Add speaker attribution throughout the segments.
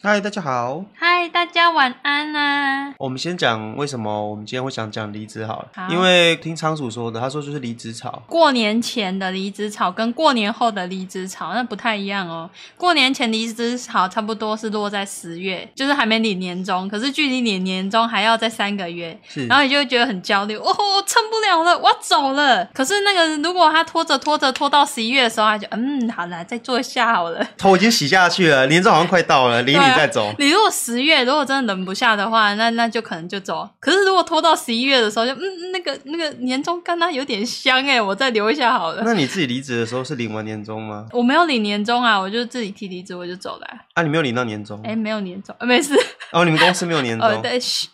Speaker 1: 嗨，大家好。
Speaker 2: 嗨，大家晚安啊！
Speaker 1: 我们先讲为什么我们今天会想讲离职好了，
Speaker 2: 好
Speaker 1: 因为听仓鼠说的，他说就是离职潮。
Speaker 2: 过年前的离职潮跟过年后的离职潮那不太一样哦。过年前离职潮差不多是落在十月，就是还没领年终，可是距离领年终还要再三个月，
Speaker 1: 是，
Speaker 2: 然后你就会觉得很焦虑，哦，我撑不了了，我要走了。可是那个如果他拖着拖着拖到十一月的时候，他就嗯，好啦，再做一下好了。
Speaker 1: 头已经洗下去了，年终好像快到了，离你
Speaker 2: 对啊
Speaker 1: 再走。
Speaker 2: 你如果十月如果真的忍不下的话，那那就可能就走。可是如果拖到十一月的时候就，嗯，那个那个年终干它有点香哎、我再留一下好了。
Speaker 1: 那你自己离职的时候是领完年终吗？
Speaker 2: 我没有领年终啊，我就自己提离职，我就走了啊。
Speaker 1: 啊，你没有领到年终。
Speaker 2: 哎、没有年终，呃没事。
Speaker 1: 哦，你们公司没有年
Speaker 2: 哦，
Speaker 1: 终
Speaker 2: 对，嘘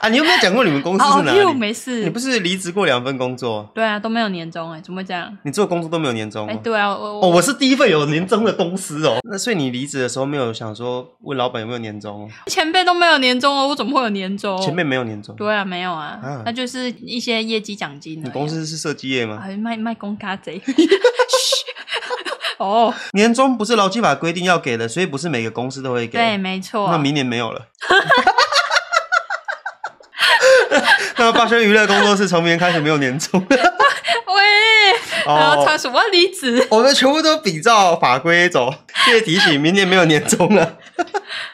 Speaker 1: 啊？你有没有讲过你们 公司
Speaker 2: 好
Speaker 1: 是哪
Speaker 2: ，Q
Speaker 1: 里？
Speaker 2: 没
Speaker 1: 你
Speaker 2: 事
Speaker 1: 不。是离职过两份工作，
Speaker 2: 对啊，都没有年终哎、怎么会这样？
Speaker 1: 你做工作都没有年终
Speaker 2: 哎、
Speaker 1: 吗？
Speaker 2: 对啊，我
Speaker 1: 哦，
Speaker 2: 我、
Speaker 1: 我是第一份有年终的公司哦。那所以你离职的时候没有想说问老板有没有年终？
Speaker 2: 前辈都没有年终哦，我怎么会有年终？
Speaker 1: 前面没有年终。
Speaker 2: 对啊，没有啊，
Speaker 1: 啊
Speaker 2: 那就是一些业绩奖金而已啊。
Speaker 1: 你公司是设计业吗？
Speaker 2: 还卖卖公家贼？ 嘘哦，
Speaker 1: 年终不是劳基法规定要给的，所以不是每个公司都会给。
Speaker 2: 对，，没错。
Speaker 1: 那明年没有了。 那霸轩娱乐工作室从明年开始没有年 终。
Speaker 2: 喂，然后
Speaker 1: 哦，
Speaker 2: 穿什么离职？
Speaker 1: 我们全部都比照法规走。谢谢提醒，明年没有年终 了。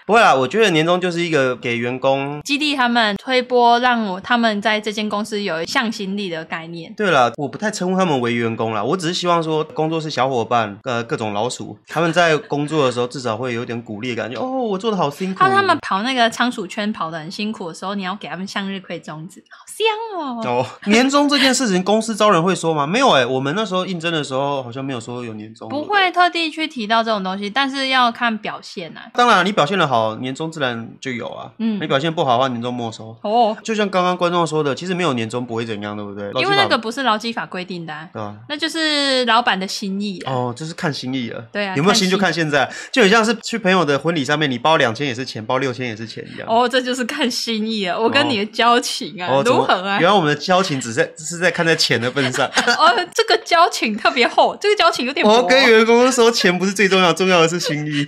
Speaker 1: 不会啦，我觉得年终就是一个给员工。
Speaker 2: 基地他们推波，让我他们在这间公司有向心力的概念。
Speaker 1: 对了，我不太称呼他们为员工啦，我只是希望说，工作室小伙伴，呃，各种老鼠，他们在工作的时候至少会有点鼓励的感觉。哦，我做的好辛苦。
Speaker 2: 他他们跑那个仓鼠圈跑得很辛苦的时候，你要给他们向日葵种子，好香哦！
Speaker 1: 哦，年终这件事情，公司招人会说吗？没有哎、我们那时候应征的时候好像没有说有年终。
Speaker 2: 不。会特地去提到这种东西，但是要看表现啊。
Speaker 1: 当然，你表现的好，年终自然就有啊。
Speaker 2: 嗯
Speaker 1: 你表现不好的话，年终没收。
Speaker 2: 哦，
Speaker 1: 就像刚刚观众说的，其实没有年终不会怎样，对不对？
Speaker 2: 因为
Speaker 1: 老
Speaker 2: 那
Speaker 1: 基
Speaker 2: 个
Speaker 1: 法
Speaker 2: 不是劳基法规定的、啊，
Speaker 1: 对吧？
Speaker 2: 那就是老板的心意啊。
Speaker 1: 哦，这是看心意了。
Speaker 2: 对啊
Speaker 1: 有没有心
Speaker 2: 看心
Speaker 1: 就看现在，就很像是去朋友的婚礼上面，你包两千也是钱，包六千也是钱一样。
Speaker 2: 哦，这就是看心意啊，我跟你的交情啊，
Speaker 1: 啊哦，怎
Speaker 2: 如
Speaker 1: 么
Speaker 2: 何啊？
Speaker 1: 原来我们的交情只是只是在看在钱的份上。
Speaker 2: 哦，这个交情特别厚，这个交情有点
Speaker 1: 我
Speaker 2: 薄。啊
Speaker 1: 要跟员工说，钱不是最重要，重要的是心意。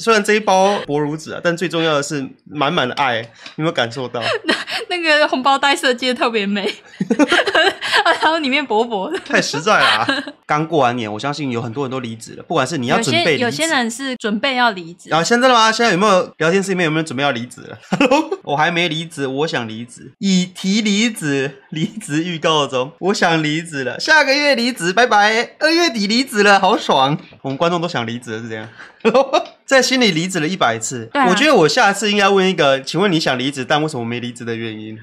Speaker 1: 虽然这一包薄如纸啊，但最重要的是满满的爱，你有没有感受到？
Speaker 2: 那个红包袋设计的特别 美，然后里面薄薄的。
Speaker 1: 太实在啦、刚过完年，我相信有很多人都离职了，不管是你要
Speaker 2: 有
Speaker 1: 准备
Speaker 2: 些
Speaker 1: 离
Speaker 2: 有
Speaker 1: 职啊
Speaker 2: 些，人是准备要离职
Speaker 1: 然，后、现在的吗？现在有没有聊天室里面有没有准备要离职了？我还没离职，我想离职，已提离职，离职预告中，我想离职了，下个月离职，拜拜，二月底离职了，好爽。我们观众都想离职了，是这样。在心里离职了一百次，
Speaker 2: 对啊
Speaker 1: 我觉得我下次应该问一个，请问你想离职，但为什么没离职的原因，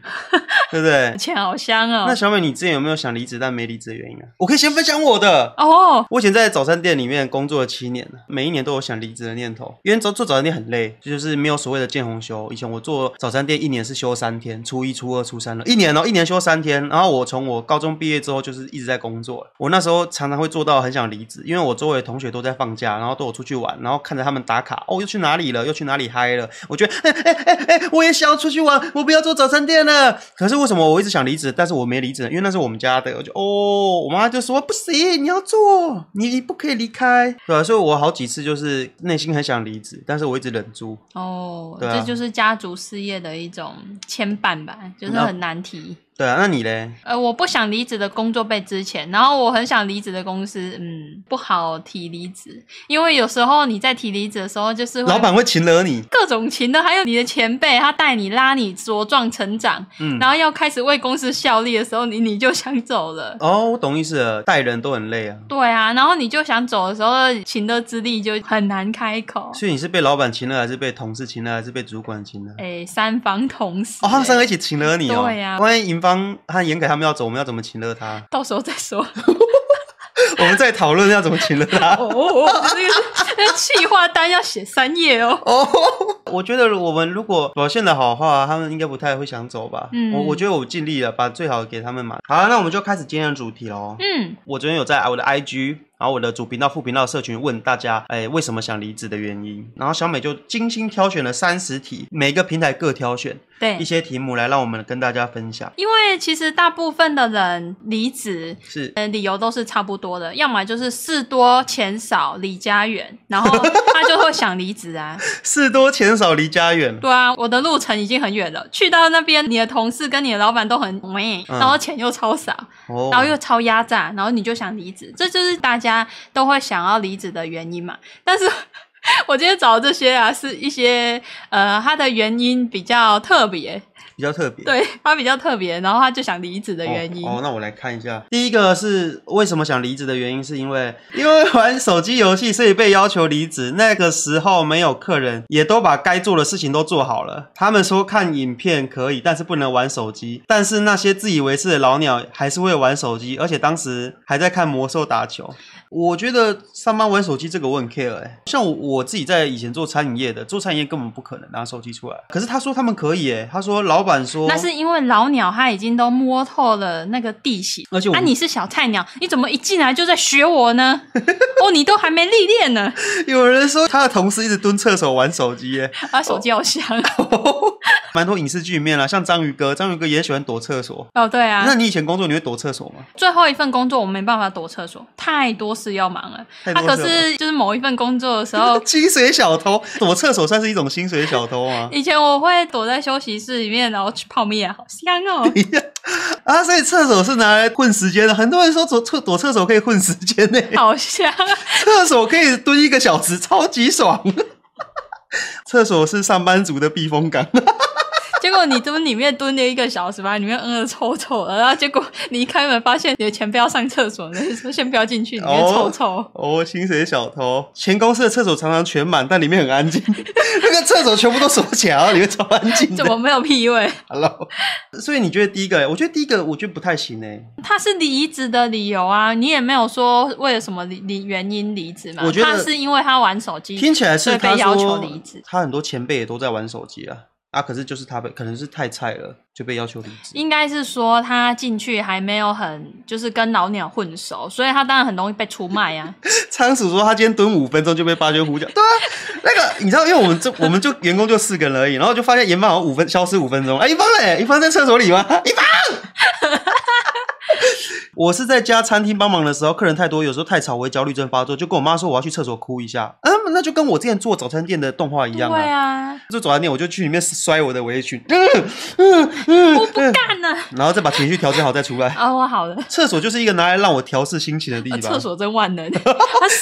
Speaker 1: 对不对？
Speaker 2: 钱好香
Speaker 1: 那
Speaker 2: 哦。
Speaker 1: 小美，你之前有没有想离职但没离职的原因啊？我可以先分享我的。
Speaker 2: 哦，
Speaker 1: 我以前在早餐店里面工作了七年了，每一年都有想离职的念头，因为做做早餐店很累，就是没有所谓的见红休。以前我做早餐店一年是休三天，初一、初二、初三了，一年哦、一年休三天。然后我从我高中毕业之后就是一直在工作了，我那时候常常会做到很想离职，因为我周围的同学都在放假，然后都有出去玩，然后看着他们打卡，哦，又去哪里了，又去哪里嗨了，我觉得，哎哎哎哎，我也想要出去玩，我不要做早餐店了。可是为什么我一直想离职，但是我没离职呢？因为那是我们家的，我就哦，我妈就说不行，你要做，你你不可以离开，对啊，所以我好几次就是内心很想离职，但是我一直忍住，
Speaker 2: 哦，
Speaker 1: 对啊
Speaker 2: 这就是家族事业的一种牵绊吧，就是很难提。
Speaker 1: 对啊，那你嘞？
Speaker 2: 呃，我不想离职的工作被之前，然后我很想离职的公司，嗯，不好提离职，因为有时候你在提离职的时候，就是会
Speaker 1: 老板会擒了你，
Speaker 2: 各种情的，还有你的前辈，他带你拉你茁壮成长，
Speaker 1: 嗯
Speaker 2: 然后要开始为公司效力的时候，你你就想走了。
Speaker 1: 哦，我懂意思了，带人都很累啊，
Speaker 2: 对啊，然后你就想走的时候，情的之力就很难开口。
Speaker 1: 所以你是被老板擒了，还是被同事擒了，还是被主管擒了？
Speaker 2: 哎，三方同时、
Speaker 1: 哦，他们三个
Speaker 2: 哎
Speaker 1: 一起请了你哦。
Speaker 2: 对呀
Speaker 1: 万一银芳和严凯他们要走，我们要怎么请了他？
Speaker 2: 到时候再说。
Speaker 1: 我们再讨论要怎么请了他。
Speaker 2: 哦哦，哦这个是那企划单要写三页哦。
Speaker 1: 哦， 我觉得我们如果表现的好的话，他们应该不太会想走吧。
Speaker 2: 嗯
Speaker 1: 我我觉得我尽力了，把最好的给他们嘛。好，那我们就开始今天的主题喽。
Speaker 2: 嗯，
Speaker 1: 我昨天有在我的 IG 然后我的主频道、副频道社群问大家，哎，为什么想离职的原因。然后小美就精心挑选了三十题，每个平台各挑选
Speaker 2: 对
Speaker 1: 一，些题目来让我们跟大家分享。
Speaker 2: 因为其实大部分的人离职，
Speaker 1: 是
Speaker 2: 呃，理由都是差不多的，要么就是事多钱少离家远，然后他就会想离职啊。
Speaker 1: 事多钱少离家远，
Speaker 2: 对啊，我的路程已经很远了，去到那边，你的同事跟你的老板都很喂，
Speaker 1: 嗯
Speaker 2: 然后钱又超少，
Speaker 1: 哦，
Speaker 2: 然后又超压榨，然后你就想离职，这就是大家都会想要离职的原因嘛。但是我今天找的这些啊，是一些呃，它的原因比较特别，
Speaker 1: 比较特别。
Speaker 2: 对，它比较特别，然后他就想离职的
Speaker 1: 的
Speaker 2: 原因。
Speaker 1: 哦。哦，那我来看一下，第一个是为什么想离职的原因，是因 为因为玩手机游戏，所以被要求离职。那个时候没有客人，也都把该做的事情都做好了。他们说看影片可以，但是不能玩手机。但是那些自以为是的老鸟还是会玩手机，而且当时还在看魔兽打球。我觉得上班玩手机这个我很 care 哎、像我我自己在以前做餐饮业的，做餐饮业根本不可能拿手机出来。可是他说他们可以哎、他说老板说
Speaker 2: 那是因为老鸟他已经都摸透了那个地形，
Speaker 1: 而且我
Speaker 2: 啊，
Speaker 1: 们
Speaker 2: 你是小菜鸟，你怎么一进来就在学我呢？ 哦，你都还没历练呢，
Speaker 1: 有人说他的同事一直蹲厕所玩手机耶，
Speaker 2: 啊，手机 好香。
Speaker 1: 蛮多影视剧里面啦，像章鱼哥，章鱼哥也喜欢躲厕所。
Speaker 2: 哦，对啊
Speaker 1: 那，你以前工作你会躲厕所吗？
Speaker 2: 最后一份工作我没办法躲厕所，太多事要忙了。
Speaker 1: 太
Speaker 2: 啊，
Speaker 1: 多
Speaker 2: 可
Speaker 1: 次了，
Speaker 2: 是就是某一份工作的时 候？
Speaker 1: 薪水小偷躲厕所算是一种薪水小偷吗
Speaker 2: 以前我会躲在休息室里面，然后吃泡面，好香 哦。
Speaker 1: 啊，所以厕所是拿来混时间的。很多人说躲厕躲厕所可以混时间呢、
Speaker 2: 好香，
Speaker 1: 厕所可以蹲一个小时，超级爽。 厕所是上班族的避风港。
Speaker 2: 结果你蹲里面蹲了一个小时吧，里面嗯的臭臭的，然后结果你一开门发现你的钱不要上厕所了，你说先不要进去，里面
Speaker 1: 哦
Speaker 2: 臭臭。
Speaker 1: 哦，薪水小偷，前公司的厕所常常全满，但里面很安静。 那个厕所全部都锁起来，然后里面超安静的
Speaker 2: 怎。么没有屁味？
Speaker 1: Hello，所以 你觉得第一个？我觉得第一个，我觉得不太行哎。
Speaker 2: 他是离职的理由啊，你也没有说为了什么离离原因离职嘛。
Speaker 1: 我觉得
Speaker 2: 他是因为他玩手机，
Speaker 1: 听起来是
Speaker 2: 所以
Speaker 1: 他
Speaker 2: 被要求
Speaker 1: 说
Speaker 2: 离职，
Speaker 1: 他很多前辈也都在玩手机啊。啊，可是就是他被可能是太菜了，就被要求离职。
Speaker 2: 应该是说他进去还没有很就是跟老鸟混熟，所以他当然很容易被出卖啊。
Speaker 1: 仓鼠说他今天蹲五分钟就被八圈呼叫。对啊，那个你知道，因为我们这我 们就员工就四个人而已，然后就发现研发好像五分消失五分钟。哎，一方嘞，一方在厕所里吗？一方。 我是在家餐厅帮忙的时候，客人太多，有时候太吵，我会焦虑症发作，就跟我妈说我要去厕所哭一下。嗯，那就跟我之前做早餐店的动画一样
Speaker 2: 对啊，
Speaker 1: 就走到店，我就去里面摔我的围裙，嗯嗯嗯，
Speaker 2: 我不干了
Speaker 1: 然后再把情绪调整好再出来。
Speaker 2: 啊！我好了，
Speaker 1: 厕所就是一个拿来让我调试心情的地
Speaker 2: 呃
Speaker 1: 方。
Speaker 2: 厕所真万能， 他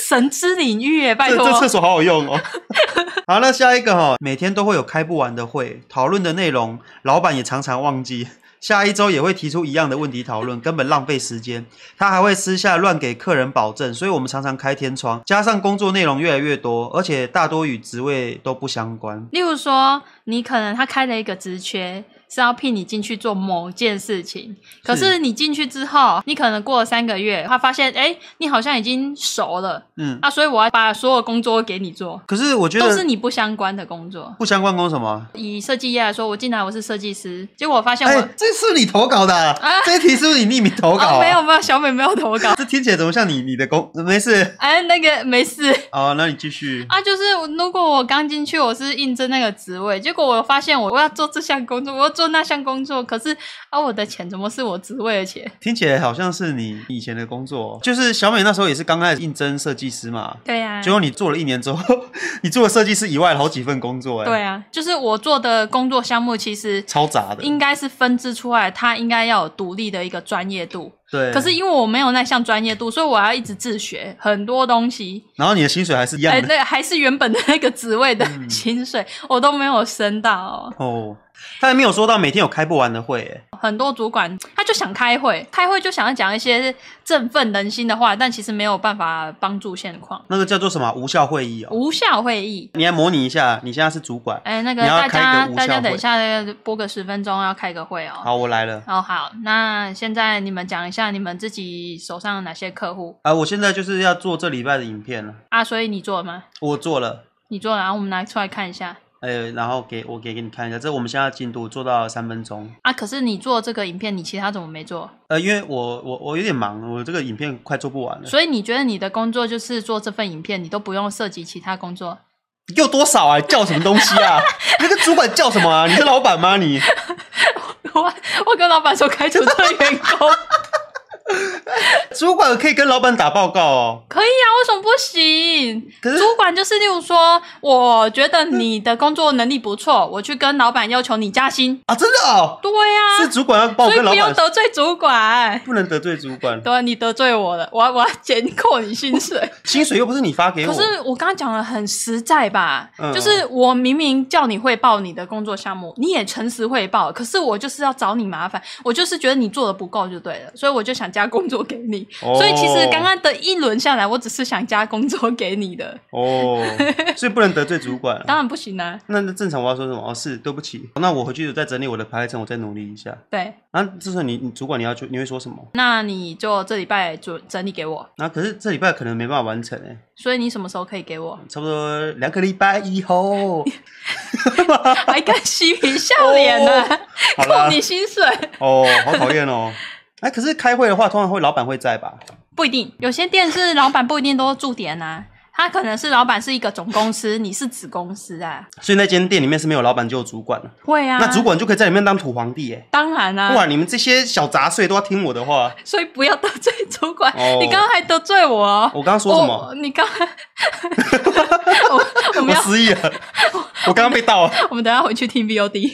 Speaker 2: 神之领域耶，拜
Speaker 1: 这
Speaker 2: 托。
Speaker 1: 这厕所好好用哦。 好，那下一个哈、每天都会有开不完的会，讨论的内容老板也常常忘记，下一周也会提出一样的问题讨论，根本浪费时间。他还会私下乱给客人保证，所以我们常常开天窗，加上工作内容越来越多，而且大多与职位都不相关。
Speaker 2: 例如说，你可能他开了一个职缺。是要聘你进去做某件事情，可是你进去之后，你可能过了三个月，他发现，哎、你好像已经熟了
Speaker 1: 嗯，
Speaker 2: 啊，所以我要把所有工作给你做，
Speaker 1: 可是我觉
Speaker 2: 都是
Speaker 1: 得
Speaker 2: 你不相关的工作。
Speaker 1: 不相关工什么？
Speaker 2: 以设计业来说，我进来我是设计师，结果我发现我、
Speaker 1: 哎、这是你投稿的、啊
Speaker 2: 啊
Speaker 1: 这一题是不是你匿名投稿、啊。
Speaker 2: 哦，没有，没有，小美没有投稿
Speaker 1: 这听起来怎么像你你的工？没事，
Speaker 2: 哎，那个没事
Speaker 1: 哦，那你继续。
Speaker 2: 啊，就是我如果我刚进去，我是应征那个职位，结果我发现我我要做这项工作，我要做那项工作，可是啊，我的钱怎么是我职位的钱？
Speaker 1: 听起来好像是你以前的工作哦，就是小美那时候也是刚开始应征设计师嘛，
Speaker 2: 对呀、啊
Speaker 1: 结果你做了一年之后， 你做了设计师以外的好几份工作，哎，
Speaker 2: 对，啊，就是我做的工作项目其实
Speaker 1: 超杂的，
Speaker 2: 应该是分支出来，它应该要有独立的一个专业度。
Speaker 1: 对。
Speaker 2: 可是因为我没有那项专业度，所以我要一直自学很多东西。
Speaker 1: 然后你的薪水还是一样
Speaker 2: 哎，
Speaker 1: 的、嗯
Speaker 2: 那还是原本的那个职位的薪水，我都没有升到哦、
Speaker 1: 哦，他还没有说到每天有开不完的会，哎，
Speaker 2: 很多主管他就想开会，开会就想要讲一些振奋人心的话，但其实没有办法帮助现况，
Speaker 1: 那个叫做什么无效会议哦。
Speaker 2: 无效会议。
Speaker 1: 你来模拟一下，你现在是主管，
Speaker 2: 哎，那个
Speaker 1: 你要
Speaker 2: 大
Speaker 1: 开
Speaker 2: 家
Speaker 1: 一个无效会
Speaker 2: 大家等一下播个十分钟，要开个会哦。
Speaker 1: 好，我来了。
Speaker 2: 哦，好，那现在你们讲一下你们自己手上有哪些客户
Speaker 1: 啊，我现在就是要做这礼拜的影片了，
Speaker 2: 啊？所以你做了吗？
Speaker 1: 我做了。
Speaker 2: 你做了，然后我们拿出来看一下。
Speaker 1: 呃，然后给我给给你看一下，这我们现在进度做到三分钟。
Speaker 2: 啊，可是你做这个影片，你其他怎么没做？
Speaker 1: 呃，因为我我我有点忙，我这个影片快做不完了。
Speaker 2: 所以你觉得你的工作就是做这份影片，你都不用涉及其他工作？
Speaker 1: 又多少啊？叫什么东西啊？那个主管叫什么啊？你是老板吗？ 你
Speaker 2: 我我跟老板说开除这个员工，
Speaker 1: 主管可以跟老板打报告哦。
Speaker 2: 可以啊，为什么不行？
Speaker 1: 可是
Speaker 2: 主管就是，例如说，我觉得你的工作能力不错，我去跟老板要求你加薪。
Speaker 1: 啊，真的哦，
Speaker 2: 对呀、
Speaker 1: 是主管要帮我
Speaker 2: 所以
Speaker 1: 跟老
Speaker 2: 不用
Speaker 1: 板，
Speaker 2: 得罪主管。
Speaker 1: 不能得罪主管，
Speaker 2: 对，啊你得罪我了，我要我要减扣你薪水。
Speaker 1: 薪水又不是你 发给
Speaker 2: 可
Speaker 1: 我。
Speaker 2: 是我刚刚讲的很实在吧，
Speaker 1: 嗯
Speaker 2: 就是我明明叫你汇报你的工作项目，你也诚实汇报，可是我就是要找你麻烦，我就是觉得你做的不够就对了，所以我就想加工作给你。
Speaker 1: 哦
Speaker 2: 所以其实刚刚的一轮下来，我只是想加工作给你的，
Speaker 1: 哦，所以不能得罪主管。
Speaker 2: 当然不行啊。
Speaker 1: 那那正常我要说什么？哦，是对不起，那我回去再整理我的排程，我再努力一下。
Speaker 2: 对，
Speaker 1: 啊，这时候你你主管你要去，你会说什么？
Speaker 2: 那你就这礼拜整整理给我，
Speaker 1: 啊，可是这礼拜可能没办法完成哎、
Speaker 2: 所以你什么时候可以给我？
Speaker 1: 差不多两个礼拜以后。
Speaker 2: 还敢嬉皮笑脸呢、
Speaker 1: 哦好啦
Speaker 2: 扣你薪水。
Speaker 1: 哦，好讨厌哦。哎，可是开会的话，通常会老板会在吧？
Speaker 2: 不一定，有些店是老板不一定都驻点啊，他可能是老板是一个总公司，你是子公司啊，
Speaker 1: 所以那间店里面是没有老板，只有主管。
Speaker 2: 会啊，
Speaker 1: 那主管就可以在里面当土皇帝哎、
Speaker 2: 当然
Speaker 1: 不
Speaker 2: 啊，
Speaker 1: 然你们这些小杂碎都要听我的话。
Speaker 2: 所以不要得罪主管，
Speaker 1: 哦
Speaker 2: 你刚刚还得罪我哦。
Speaker 1: 我刚刚说什么？
Speaker 2: 我你刚，我我
Speaker 1: 我
Speaker 2: 们要
Speaker 1: 失忆 了，我刚刚被盗了。
Speaker 2: 我们等一下回去听 VOD，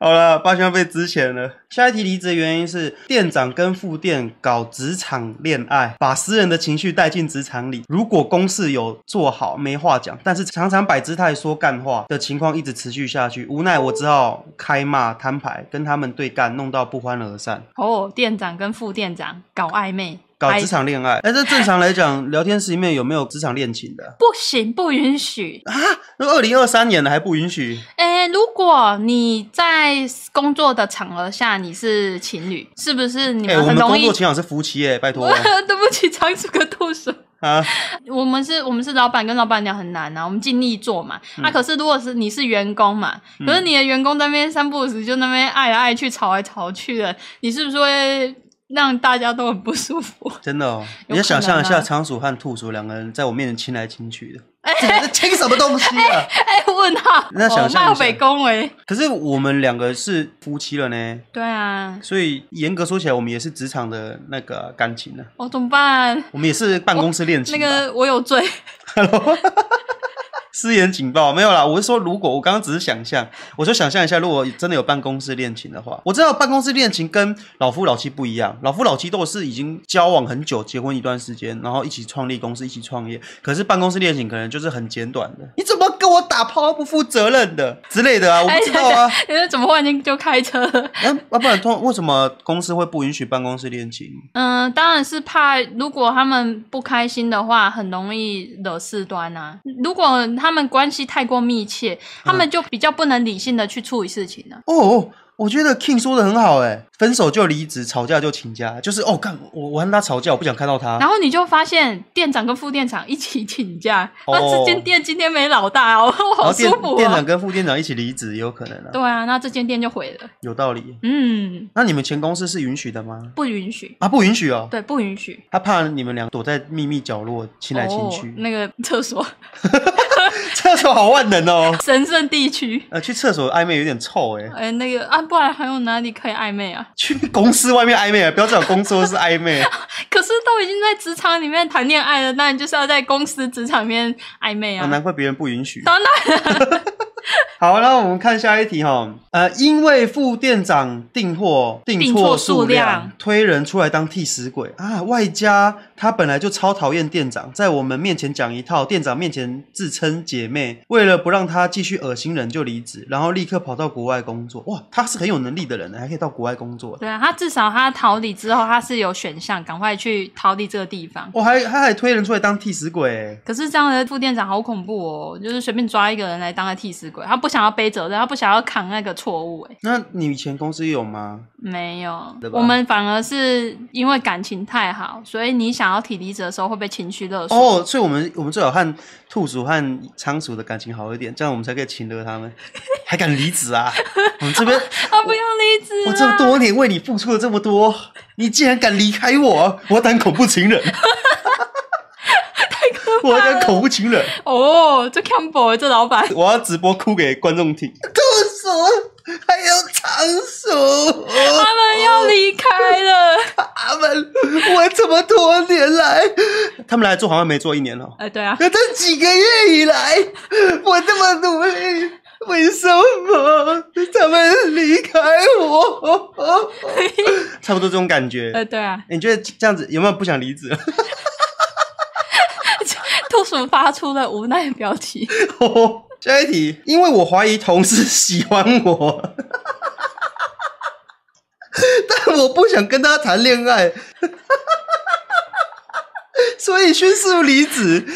Speaker 1: 好了，八千被之前了。下一题离职的原因是店长跟副店搞职场恋爱，把私人的情绪带进职场里。如果公事有做好，没话讲，但是常常摆姿态说干话的情况一直持续下去，无奈我只好开骂摊牌，跟他们对干，弄到不欢而散。
Speaker 2: 哦，店长跟副店长搞暧昧，
Speaker 1: 搞
Speaker 2: 哎
Speaker 1: 职场恋爱，哎、这正常来讲，聊天室里面有没有职场恋情的？
Speaker 2: 不行，不允许。
Speaker 1: 那二零二三年了还不允许？
Speaker 2: 诶，如果你在工作的场合下你是情侣，是不是你
Speaker 1: 哎、
Speaker 2: 们
Speaker 1: 我
Speaker 2: 很
Speaker 1: 们
Speaker 2: 容
Speaker 1: 工
Speaker 2: 易
Speaker 1: 作情场是夫妻哎、拜托
Speaker 2: 我对不起，长出个吐水。
Speaker 1: 啊！
Speaker 2: 我们是，我们是老板跟老板娘很难啊，我们尽力做嘛。
Speaker 1: 嗯
Speaker 2: 啊，可是如果是你是员工嘛，可是你的员工在那边三不五时就那边爱来爱去、吵来吵去的，你是不是会让大家都很不舒服？
Speaker 1: 真的哦，
Speaker 2: 有
Speaker 1: 你要想象一
Speaker 2: 可能
Speaker 1: 下，
Speaker 2: 啊
Speaker 1: 仓鼠和兔鼠两个人在我面前亲来亲去 的，这是亲什么东西啊？
Speaker 2: 哎、问号，
Speaker 1: 那想象一下
Speaker 2: 哦、北恭维，
Speaker 1: 可是我们两个是夫妻了呢，
Speaker 2: 对啊，
Speaker 1: 所以严格说起来，我们也是职场的那个感情呢、
Speaker 2: 我、哦怎么办？
Speaker 1: 我们也是办公室恋情
Speaker 2: 那
Speaker 1: 吧。
Speaker 2: 个我有罪，
Speaker 1: 私言警报没有啦，我是说，如果我刚刚只是想象，我说想象一下，如果真的有办公室恋情的话，我知道办公室恋情跟老夫老妻不一样，老夫老妻都是已经交往很久，结婚一段时间，然后一起创立公司，一起创业。可是办公室恋情可能就是很简短的，你怎么跟我打炮不负责任的之类的啊，我不知道啊。
Speaker 2: 你是怎么忽然间 就开车了？
Speaker 1: 那啊，不然通为什么公司会不允许办公室恋情？
Speaker 2: 嗯，当然是怕，如果他们不开心的话，很容易惹事端啊。如果他们关系太过密切，他们就比较不能理性的去处理事情了、
Speaker 1: 哦，我觉得 King 说的很好、欸，分手就离职，吵架就请假，就是哦，干我我和他吵架，我不想看到他。
Speaker 2: 然后你就发现店长跟副店长一起请假，
Speaker 1: 哦
Speaker 2: 那这间店今天没老大哦， 我
Speaker 1: 然
Speaker 2: 好
Speaker 1: 后
Speaker 2: 舒
Speaker 1: 店
Speaker 2: 服
Speaker 1: 店
Speaker 2: 哦
Speaker 1: 长。跟副店长一起离职也有可能啊，
Speaker 2: 对啊，那这间店就毁了。
Speaker 1: 有道理。
Speaker 2: 嗯，
Speaker 1: 那你们前公司是允许的吗？
Speaker 2: 不允许，
Speaker 1: 啊，不允许哦。
Speaker 2: 对，不允许。
Speaker 1: 他怕你们俩躲在秘密角落亲来亲
Speaker 2: 哦
Speaker 1: 去，，
Speaker 2: 那个厕所，
Speaker 1: 厕所好万能哦。
Speaker 2: 神圣地区。
Speaker 1: 呃，去厕所暧昧有点臭哎、
Speaker 2: 哎，那个啊，不然还有哪里可以暧昧啊？
Speaker 1: 去公司外面暧昧啊，不要讲公司是暧昧。啊
Speaker 2: 可是都已经在职场里面谈恋爱了，那你就是要在公司职场里面暧昧
Speaker 1: 啊，
Speaker 2: 啊。
Speaker 1: 难怪别人不允许。
Speaker 2: 当然，
Speaker 1: 好，那我们看下一题哈、呃，因为副店长订货订
Speaker 2: 订
Speaker 1: 错
Speaker 2: 错
Speaker 1: 数
Speaker 2: 数
Speaker 1: 量
Speaker 2: 量，
Speaker 1: 推人出来当替死鬼啊！外加他本来就超讨厌店长，在我们面前讲一套，店长面前自称姐妹，为了不让他继续恶心人就离职，然后立刻跑到国外工作。哇，他是很有能力的人，还可以到国外工作。
Speaker 2: 对啊，他至少他逃离之后，他是有选项，赶快去逃离这个地方。
Speaker 1: 我、哦还他还推人出来当替死鬼、
Speaker 2: 可是这样的副店长好恐怖哦，就是随便抓一个人来当个替死鬼，他不不想要背责任，他不想要扛那个错误、欸。哎，
Speaker 1: 那你以前公司有吗？
Speaker 2: 没有
Speaker 1: 对，吧
Speaker 2: 我们反而是因为感情太好，所以你想要提离职的时候会被情绪勒索。
Speaker 1: 哦，所以我们我们最好和兔鼠和仓鼠的感情好一点，这样我们才可以请得 他们，还敢离职 啊？我们这边
Speaker 2: 他啊不要离职啊
Speaker 1: 我
Speaker 2: 啦，
Speaker 1: 这么多年为你付出了这么多，你竟然敢离开 我，我要当恐怖情人，我要当恐怖情人，
Speaker 2: 哦，这 Campbell 这 老板
Speaker 1: 我要直播哭给观众听。兔鼠还有仓 鼠，
Speaker 2: 他们要离开了。
Speaker 1: 他们我这么多年来，他们来做好像没做一年哦。
Speaker 2: 哎、对啊，
Speaker 1: 那这几个月以来，我这么努力，为什么他们离开我？ 呃差不多这种感觉。
Speaker 2: 哎、对啊，
Speaker 1: 你觉得这样子有没有不想离职？
Speaker 2: 兔鼠发出了无奈的表情。
Speaker 1: 下一题，因为我怀疑同事喜欢我， 但我不想跟他谈恋爱， 所以迅速离职。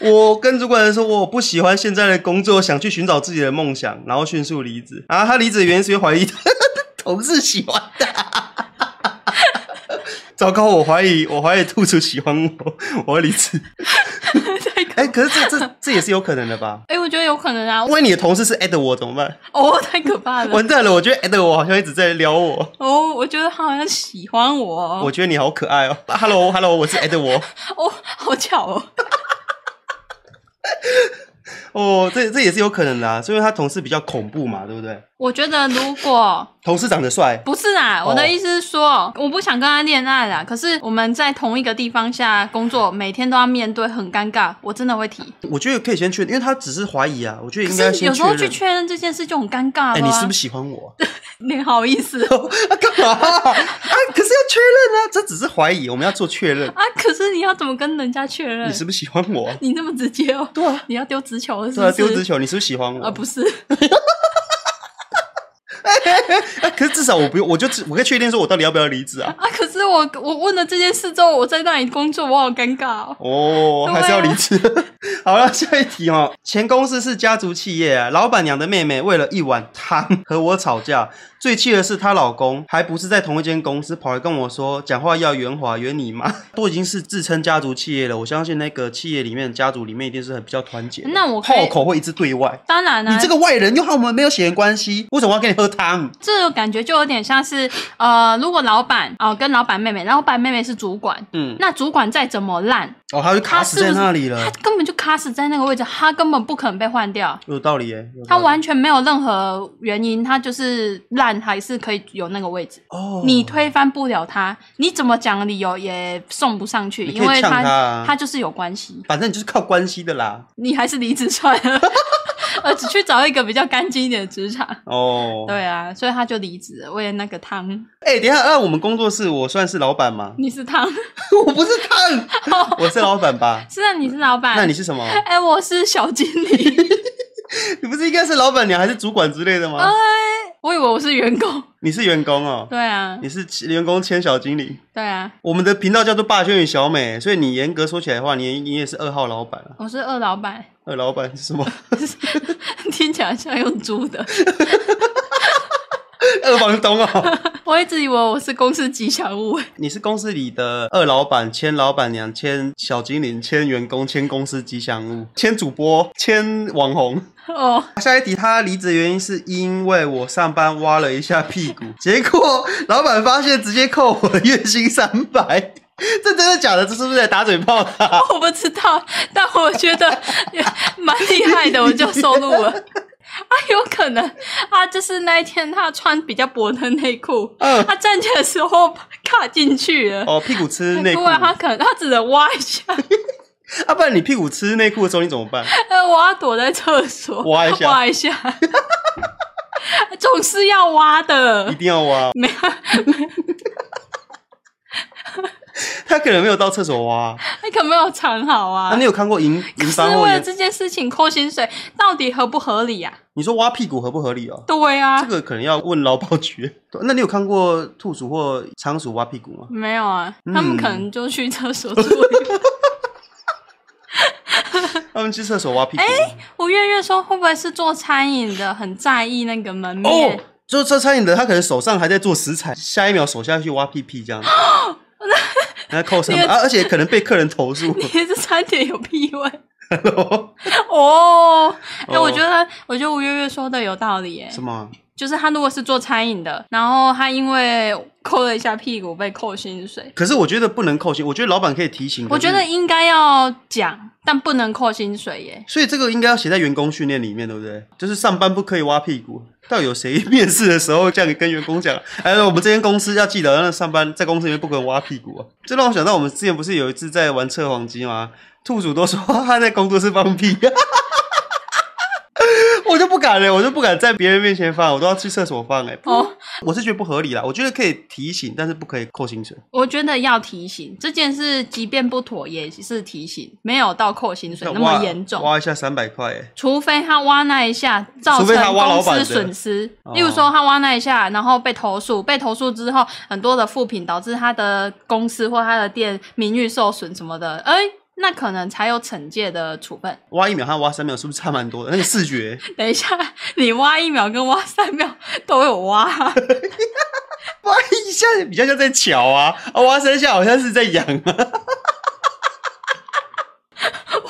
Speaker 1: 我跟主管人说我不喜欢现在的工作，想去寻找自己的梦想，然后迅速离职。啊，他离职的原因是因为怀疑他同事喜欢他。 糟糕，我怀疑， 我怀疑兔鼠喜欢我， 我要离职。哎、可是这这这也是有可能的吧？
Speaker 2: 哎、我觉得有可能啊，
Speaker 1: 万一你的同事是 at 我怎么办？
Speaker 2: 哦，太可怕了。
Speaker 1: 完蛋了！我觉得 at 我好像一直在撩我，
Speaker 2: 哦，我觉得他好像喜欢我哦。
Speaker 1: 我觉得你好可爱哦。Hello Hello，我是 at 我。
Speaker 2: 哦，好巧哦。
Speaker 1: 哦，这这也是有可能的、啊，是因为他同事比较恐怖嘛，对不对？
Speaker 2: 我觉得如果
Speaker 1: 同事长得帅，
Speaker 2: 不是啊，
Speaker 1: 哦
Speaker 2: 我的意思是说，我不想跟他恋爱啦。可是我们在同一个地方下工作，每天都要面对，很尴尬。我真的会提，
Speaker 1: 我觉得可以先确认，因为他只是怀疑啊，我觉得
Speaker 2: 可
Speaker 1: 应该
Speaker 2: 是
Speaker 1: 先
Speaker 2: 有时
Speaker 1: 确
Speaker 2: 候去
Speaker 1: 认。
Speaker 2: 确认这件事就很尴尬了、啊
Speaker 1: 哎、你是不是喜欢我？
Speaker 2: 你好意思 哦
Speaker 1: 啊，干嘛啊？啊可是要确认啊，这只是怀疑，我们要做确认。
Speaker 2: 啊？可是你要怎么跟人家确认？
Speaker 1: 你是不是喜欢我？
Speaker 2: 你这么直接哦？
Speaker 1: 对啊，
Speaker 2: 你要丢直球了是
Speaker 1: 对
Speaker 2: 不
Speaker 1: 啊，
Speaker 2: 是？
Speaker 1: 丢直球，你是不是喜欢我？
Speaker 2: 啊，不是，
Speaker 1: 啊可是至少我不用，我就只我可以确定说我到底要不要离职啊？
Speaker 2: 啊！可是我我问了这件事之后，我在那里工作，我好尴尬哦。
Speaker 1: 哦，
Speaker 2: 对啊
Speaker 1: 还是要离职。 好了，下一题哦。前公司是家族企业啊，老板娘的妹妹为了一碗汤和我吵架，最气的是她老公还不是在同一间公司，跑来跟我说讲话要圆滑，圆你妈。 都已经是自称家族企业了，我相信那个企业里面家族里面一定是很比较团结的，
Speaker 2: 那我可以
Speaker 1: 炮口会一直对外。
Speaker 2: 当然啊啦、
Speaker 1: 你这个外人又和我们没有血缘关系，为什么要跟你喝汤？
Speaker 2: 这个感觉就有点像是，呃，如果老板哦、跟老板妹妹，老板妹妹是主管，
Speaker 1: 嗯，
Speaker 2: 那主管再怎么烂，
Speaker 1: 哦，他就卡死在那里
Speaker 2: 他
Speaker 1: 了，
Speaker 2: 根本就卡死在那个位置，他根本不可能被换掉，
Speaker 1: 有道理耶。有道
Speaker 2: 他
Speaker 1: 理
Speaker 2: 完全没有任何原因，他就是烂还是可以有那个位置，
Speaker 1: 哦，
Speaker 2: 你推翻不了他，你怎么讲理由也送不上去，
Speaker 1: 你可以
Speaker 2: 因为
Speaker 1: 呛他啊
Speaker 2: 他他就是有关系，
Speaker 1: 反正你就是靠关系的啦。
Speaker 2: 你还是离职算了， 呃，只去找一个比较干净一点的职场，
Speaker 1: 哦，
Speaker 2: 对啊，所以他就离职了，为了那个汤，
Speaker 1: 哎、等一下，那我们工作室我算是老板吗
Speaker 2: ？你是汤。哦
Speaker 1: 我不是烫，我是老板吧？
Speaker 2: 是 啊，你是老板，
Speaker 1: 那你是什么？
Speaker 2: 哎、我是小经理，
Speaker 1: 你不是应该是老板娘还是主管之类的吗？
Speaker 2: 我以为我是员工。
Speaker 1: 你是员工哦，
Speaker 2: 对啊，
Speaker 1: 你是员工兼小经理。
Speaker 2: 对啊，
Speaker 1: 我们的频道叫做“霸轩与小美”，所以你严格说起来的话，你你也是二号老板啊。
Speaker 2: 我是二老板，
Speaker 1: 二老板是什么？
Speaker 2: 听起来像用猪的。
Speaker 1: 二房东哦。
Speaker 2: 我一直以为我是公司吉祥物，
Speaker 1: 你是公司里的二老板兼老板娘兼小精灵兼员工兼公司吉祥物兼主播兼网红。
Speaker 2: 哦，
Speaker 1: 下一题，他离职的原因是因为我上班挖了一下屁股， 结果老板发现直接扣我的月薪三百， 这真的假的？这是不是在打嘴炮啊他、
Speaker 2: 我不知道，但我觉得蛮厉害的，我就收录了。 啊，有可能啊，就是那一天他穿比较薄的内裤，
Speaker 1: 嗯
Speaker 2: 他站起来的时候卡进去了，
Speaker 1: 哦，屁股吃内
Speaker 2: 不
Speaker 1: 裤，
Speaker 2: 然他
Speaker 1: 啊，
Speaker 2: 可能他只能挖一下，
Speaker 1: 不然你屁股吃内裤的时候你怎么办？
Speaker 2: 呃，我要躲在厕所
Speaker 1: 挖一下
Speaker 2: 挖一下， 总是要挖
Speaker 1: 一
Speaker 2: 的。
Speaker 1: 定要挖，
Speaker 2: 没有，
Speaker 1: 他可能没有到厕所挖。
Speaker 2: 那可没有藏好啊
Speaker 1: 啊，。你有看过银
Speaker 2: 可
Speaker 1: 银
Speaker 2: 是
Speaker 1: 帆或
Speaker 2: 为了
Speaker 1: 银？
Speaker 2: 这件事情扣薪水，到底合不合理呀、
Speaker 1: 你说挖屁股合不合理哦
Speaker 2: 啊？？对啊，
Speaker 1: 这个可能要问劳保局。 对那你有看过兔鼠或仓鼠挖屁股吗？
Speaker 2: 没有啊，他们
Speaker 1: 嗯
Speaker 2: 可能就去厕所住一晚。
Speaker 1: 他们去厕所挖
Speaker 2: 哎
Speaker 1: 屁股。
Speaker 2: 吴月月说，会不会是做餐饮的很在意那个门面？
Speaker 1: 哦，就这餐饮的，他可能手上还在做食材，下一秒手下去挖屁屁这样。然后扣什么
Speaker 2: 哦那个
Speaker 1: 啊？而且可能被客人投诉。
Speaker 2: 你这餐点有屁味哦！哎、
Speaker 1: 哦
Speaker 2: 我觉得，我觉得吴月月说的有道理耶，
Speaker 1: 什么？
Speaker 2: 就是他如果是做餐饮的，然后他因为抠了一下屁股被扣薪水，
Speaker 1: 可是我觉得不能扣薪，我觉得老板可以提醒。
Speaker 2: 我觉
Speaker 1: 可
Speaker 2: 得
Speaker 1: 是，
Speaker 2: 应该要讲，但不能扣薪水耶。
Speaker 1: 所以这个应该要写在员工训练里面，对不对？就是上班不可以挖屁股。到底有谁 面试的时候这样跟员工讲？哎，我们这间公司要记得，那上班在公司里面不可以挖屁股啊！这让我想到我们之前不是有一次在玩测谎机吗？兔主都说 他在工作室放屁， 我就不敢了，我就不敢在别人面前放，我都要去厕所放、哎，
Speaker 2: 哦，
Speaker 1: 我是觉得不合理啦，我觉得可以提醒，但是不可以扣薪水。
Speaker 2: 我觉得要提醒这件事，即便不妥也是提醒，没有到扣薪水那
Speaker 1: 挖
Speaker 2: 么严重。
Speaker 1: 挖一下三百块，哎，
Speaker 2: 除非他挖那一下造
Speaker 1: 除非他
Speaker 2: 成
Speaker 1: 挖老
Speaker 2: 公
Speaker 1: 板的
Speaker 2: 司损失
Speaker 1: 哦，
Speaker 2: 例如说他挖那一下，然后被投诉，被投诉之后很多的负评导致他的公司或他的店名誉受损什么的，哎、那可能才有惩戒的处分。
Speaker 1: 挖一秒和挖三秒是不是差蛮多的？那个视觉
Speaker 2: 等一下，你挖一秒跟挖三秒都有挖、
Speaker 1: 挖一下比较像在瞧啊，啊挖三下好像是在痒啊。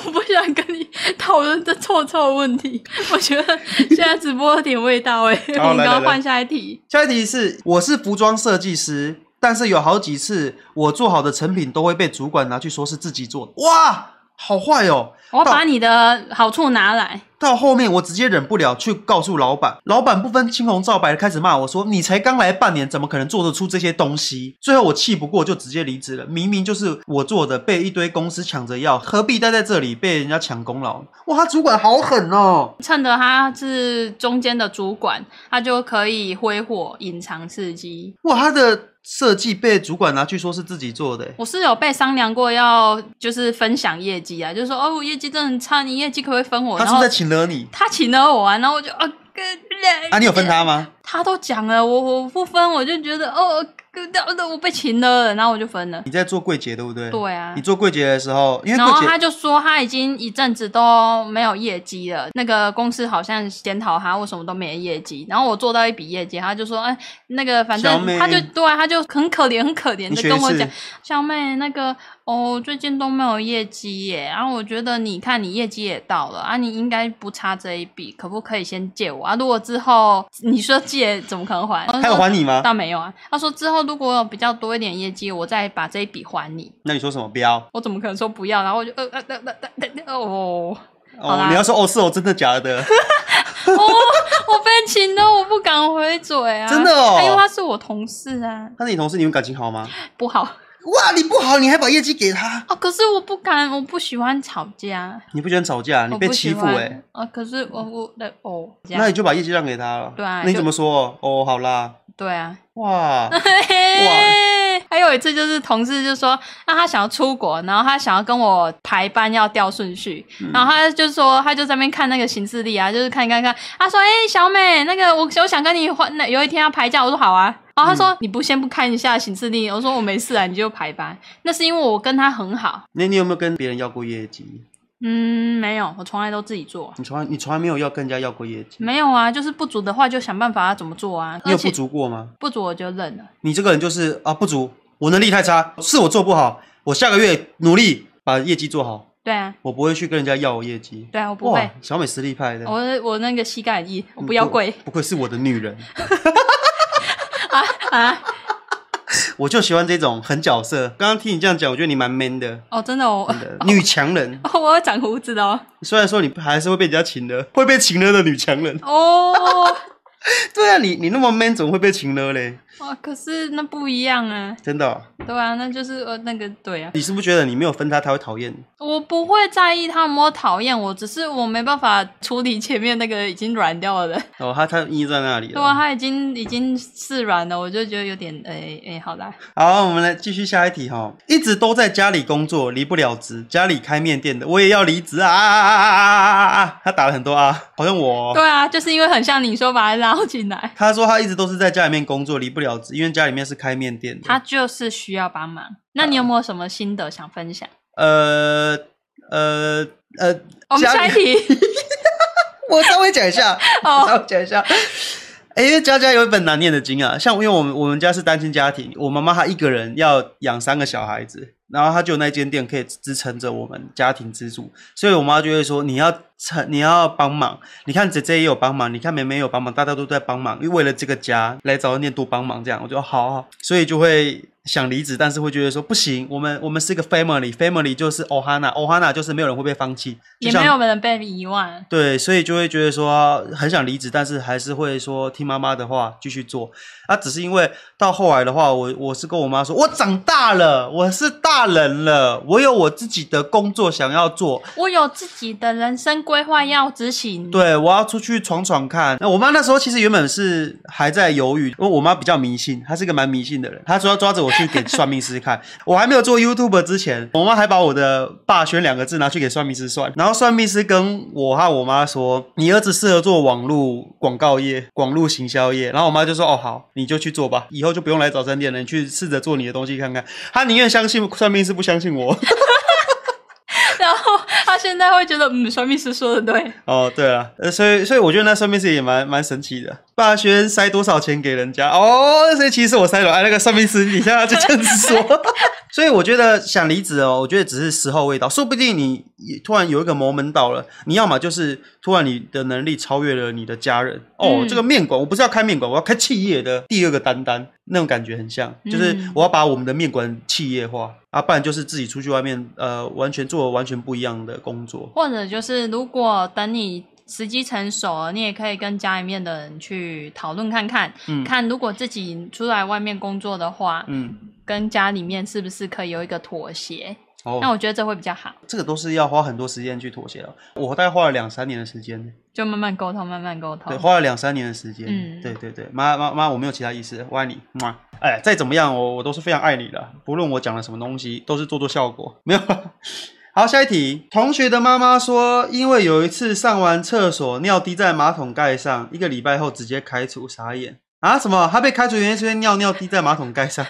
Speaker 2: 我不想跟你讨论这臭臭问题。 我觉得现在直播有点味道哎、
Speaker 1: 好
Speaker 2: 我们
Speaker 1: 来来
Speaker 2: 刚
Speaker 1: 来
Speaker 2: 换下一题。
Speaker 1: 下一题是，我是服装设计师，但是有好几次我做好的成品都会被主管拿去说是自己做的，哇，好坏哦。
Speaker 2: 我要把你的好处拿来，
Speaker 1: 到后面我直接忍不了，去告诉老板，老板不分青红皂白的开始骂我说：“你才刚来半年，怎么可能做得出这些东西？”最后我气不过，就直接离职了。明明就是我做的，被一堆公司抢着要，何必待在这里被人家抢功劳？哇，他主管好狠哦！
Speaker 2: 趁着他是中间的主管，他就可以挥霍隐藏事机。
Speaker 1: 哇，他的设计被主管拿去说是自己做的欸，
Speaker 2: 我是有被商量过要就是分享业绩啊，就是说哦，我业绩真的很差，你业绩可不可以分我？
Speaker 1: 他
Speaker 2: 哦然
Speaker 1: 是不
Speaker 2: 后
Speaker 1: 是在请了你
Speaker 2: 他请了我啊，然后我就哦，跟
Speaker 1: 啊？你有分？他吗？
Speaker 2: 他都讲了，我我不分，我就觉得哦，那我被请了，然后我就分了。
Speaker 1: 你在做柜姐对不对？、
Speaker 2: 对啊
Speaker 1: 你，做柜姐的时候，因为
Speaker 2: 然后
Speaker 1: 柜姐
Speaker 2: 他就说他已经一阵子都没有业绩了，那个公司好像检讨他为什么都没业绩。然后我做到一笔业绩，他就说：“哎，那个反
Speaker 1: 小
Speaker 2: 正
Speaker 1: 妹
Speaker 2: 他就对啊，他就很可怜，很可怜
Speaker 1: 你
Speaker 2: 的
Speaker 1: 学
Speaker 2: 跟
Speaker 1: 一
Speaker 2: 我讲
Speaker 1: 次，，
Speaker 2: 小妹那个哦，最近都没有业绩耶。然、后我觉得你看你业绩也到了啊，你应该不差这一笔，可不可以先借我啊？如果之后你说借，怎么可能还？
Speaker 1: 他有还你吗？
Speaker 2: 倒没有啊。他说之后如果有比较多一点业绩，我再把这一笔还你。”
Speaker 1: 那你说什么？不要
Speaker 2: 我怎么可能说不要？然后我就呃呃呃呃呃呃哦好
Speaker 1: 哦
Speaker 2: 啦，
Speaker 1: 你要说哦，是哦，真的假的？
Speaker 2: 哦，我被请了，我不敢回嘴啊！
Speaker 1: 真的哦
Speaker 2: 哎因为他是我同事啊，
Speaker 1: 他是你同事，你们感情好吗？
Speaker 2: 不好
Speaker 1: 哇，你不好，你还把业绩给他，
Speaker 2: 啊。可是我不敢，我不喜欢吵架，
Speaker 1: 你不喜欢吵架，啊你
Speaker 2: 我
Speaker 1: 被
Speaker 2: 不
Speaker 1: 欺
Speaker 2: 喜
Speaker 1: 负
Speaker 2: 欢
Speaker 1: 哎、
Speaker 2: 啊！可是我我的哦，这
Speaker 1: 那
Speaker 2: 样
Speaker 1: 你就把业绩让给他了。
Speaker 2: 对啊
Speaker 1: 那你
Speaker 2: 就
Speaker 1: 怎么说？哦，好啦，
Speaker 2: 对啊。
Speaker 1: 哇，
Speaker 2: 哇！ 还有一次就是同事就说，那他想要出国，然后他想要跟我排班要调顺序，
Speaker 1: 嗯
Speaker 2: 然后他就说他就在那边看那个行事历啊，就是看看看，他说：“哎、小美，那个我我想跟你换，那有一天要排假。”我说：“好啊。”然后他
Speaker 1: 嗯
Speaker 2: 说：“你不先不看一下行事历？”我说：“我没事啊，你就排班。”那是因为我跟他很好。
Speaker 1: 那你有没有跟别人要过业绩？
Speaker 2: 嗯，没有，我从来都自己做。
Speaker 1: 你从来你从来没有要跟人家要过业绩，
Speaker 2: 没有啊，就是不足的话就想办法要怎么做啊。
Speaker 1: 你
Speaker 2: 而
Speaker 1: 有不
Speaker 2: 且
Speaker 1: 足过吗？
Speaker 2: 不足我就认了。
Speaker 1: 你这个人就是啊，不足，我能力太差，是我做不好，我下个月努力把业绩做好，
Speaker 2: 对啊，
Speaker 1: 我不会去跟人家要我业绩。
Speaker 2: 对啊，我不会
Speaker 1: 哇。，小美实力派的，
Speaker 2: 我我那个膝盖很硬，我
Speaker 1: 嗯
Speaker 2: 不要跪。
Speaker 1: 不愧是我的女人，
Speaker 2: 啊啊！
Speaker 1: 我就喜欢这种狠角色。刚刚听你这样讲，我觉得你蛮 man 的，
Speaker 2: 哦，真的哦，
Speaker 1: 真的女强人。
Speaker 2: 我要长胡子的哦。
Speaker 1: 虽然说你还是会被人家请了，会被请了的女强人。
Speaker 2: 哦，
Speaker 1: 对啊，你你那么 man，怎么会被请了嘞？
Speaker 2: 哇，可是那不一样啊，
Speaker 1: 真的哦、
Speaker 2: 对啊，那就是呃那个对啊，
Speaker 1: 你是不是觉得你没有分他，他会讨厌你？
Speaker 2: 我不会在意他有没有讨厌我，只是我没办法处理前面那个已经软掉了的，
Speaker 1: 哦，他他依在那里
Speaker 2: 对
Speaker 1: 了。
Speaker 2: 啊，他已经已经是软了，我就觉得有点哎哎、好啦，
Speaker 1: 好，我们来继续下一题哈、一直都在家里工作，离不了职，家里开面店的，我也要离职啊啊啊啊啊啊啊啊啊！他打了很多啊，好像我哦、
Speaker 2: 对啊，就是因为很像你说把他捞进来，
Speaker 1: 他说他一直都是在家里面工作，离不了职，因为家里面是开面店的。
Speaker 2: 他就是需要帮忙。那你有没有什么心得想分享？
Speaker 1: 呃，呃呃，
Speaker 2: 我们
Speaker 1: 家
Speaker 2: 下一题
Speaker 1: 我稍微讲一下，我
Speaker 2: 哦，
Speaker 1: 稍微讲一下。哎、因为家家有一本难念的经啊，像因为我们我们家是单亲家庭，我妈妈她一个人要养三个小孩子，然后她就有那间店可以支撑着我们家庭支柱，所以我妈就会说你要撑，你要帮忙，你看姐姐也有帮忙，你看妹妹也有帮忙，大家都在帮忙，因为为了这个家来早餐店多帮忙，这样我就哦好好，所以就会想离职，但是会觉得说不行，我们我们是个 family，family 就是 ohana，ohana 就是没有人会被放弃，就
Speaker 2: 也
Speaker 1: 像
Speaker 2: 没有人被遗忘。
Speaker 1: 对，所以就会觉得说很想离职，但是还是会说听妈妈的话继续做。啊，只是因为到后来的话，我我是跟我妈说，我长大了，我是大人了，我有我自己的工作想要做，
Speaker 2: 我有自己的人生规划要执行。
Speaker 1: 对我要出去闯闯看。那我妈那时候其实原本是还在犹豫，因为我妈比较迷信，她是个蛮迷信的人，她说要抓着我去给算命师看。 我还没有做 YouTube 之前，我妈还把我的“霸轩”两个字拿去给算命师算，然后算命师跟我和我妈说：“你儿子适合做网络广告业、广路行销业。”然后我妈就说：“哦，好，你就去做吧，以后就不用来早餐店了，你去试着做你的东西看看。”她宁愿相信算命师，不相信我。
Speaker 2: 然后他现在会觉得，嗯，算命师说的对。
Speaker 1: 哦，对了，呃，所以所以我觉得那算命师也蛮蛮神奇的。霸轩塞多少钱给人家？哦，所以其实我塞了，哎，那个算命师底下就这样子说。 所以我觉得想离职哦，我觉得只是时候未到，说不定你突然有一个魔门到了，你要么就是突然你的能力超越了你的家人。哦，
Speaker 2: 嗯
Speaker 1: 这个面馆我不是要开面馆，我要开企业的第二个单单，那种感觉很像，就是
Speaker 2: 嗯
Speaker 1: 我要把我们的面馆企业化啊，不然就是自己出去外面呃，完全做完全不一样的工作。
Speaker 2: 或者就是，如果等你时机成熟了，你也可以跟家里面的人去讨论看看，
Speaker 1: 嗯
Speaker 2: 看如果自己出来外面工作的话，
Speaker 1: 嗯，
Speaker 2: 跟家里面是不是可以有一个妥协？
Speaker 1: 哦，
Speaker 2: 那我觉得这会比较好，
Speaker 1: 这个都是要花很多时间去妥协了。我大概花了两三年的时间，
Speaker 2: 就慢慢沟通，慢慢沟
Speaker 1: 对，哦
Speaker 2: 通。
Speaker 1: 花了两三年的时间。
Speaker 2: 嗯
Speaker 1: 对对对，妈妈妈，我没有其他意思，我爱你，嘛。哎，再怎么样，我我都是非常爱你的，不论我讲了什么东西，都是做做效果，没有 啦。好，下一题。同学的妈妈说，因为有一次上完厕所尿滴在马桶盖上，一个礼拜后直接开除，傻眼啊！什么？她被开除原因是因为尿尿滴在马桶盖上？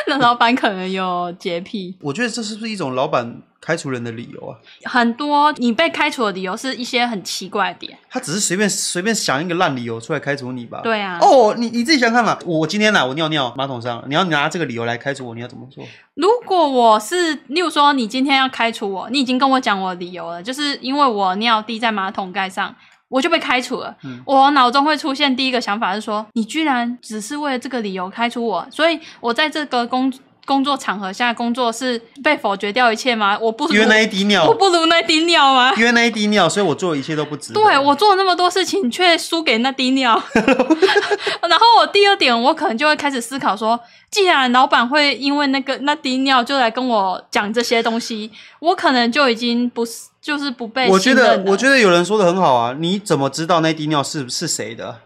Speaker 2: 那老板可能有洁癖，
Speaker 1: 我觉得这是不是一种老板开除人的理由啊？
Speaker 2: 很多你被开除的理由是一些很奇怪的点。
Speaker 1: 他只是随便随便想一个烂理由出来开除你吧？
Speaker 2: 对啊
Speaker 1: 哦，你你自己想看嘛。我今天呐、我尿尿马桶上，你要拿这个理由来开除我，你要怎么做？
Speaker 2: 如果我是，例如说你今天要开除我，你已经跟我讲我的理由了，就是因为我尿滴在马桶盖上，我就被开除了。
Speaker 1: 嗯
Speaker 2: 我脑中会出现第一个想法是说，你居然只是为了这个理由开除我，所以我在这个工工作场合下工作是被否决掉一切吗？我不如
Speaker 1: 因为那一滴
Speaker 2: 我
Speaker 1: 尿，
Speaker 2: 不如那滴尿吗？
Speaker 1: 因为那一滴尿，所以我做的一切都不值得。
Speaker 2: 对我做了那么多事情，却输给那 滴尿。然后我第二点，我可能就会开始思考说，既然老板会因为那个那滴尿就来跟我讲这些东西，我可能就已经不是就是不被
Speaker 1: 我觉得
Speaker 2: 信任啊了
Speaker 1: 我觉得有人说的很好啊，你怎么知道那滴尿是是谁的？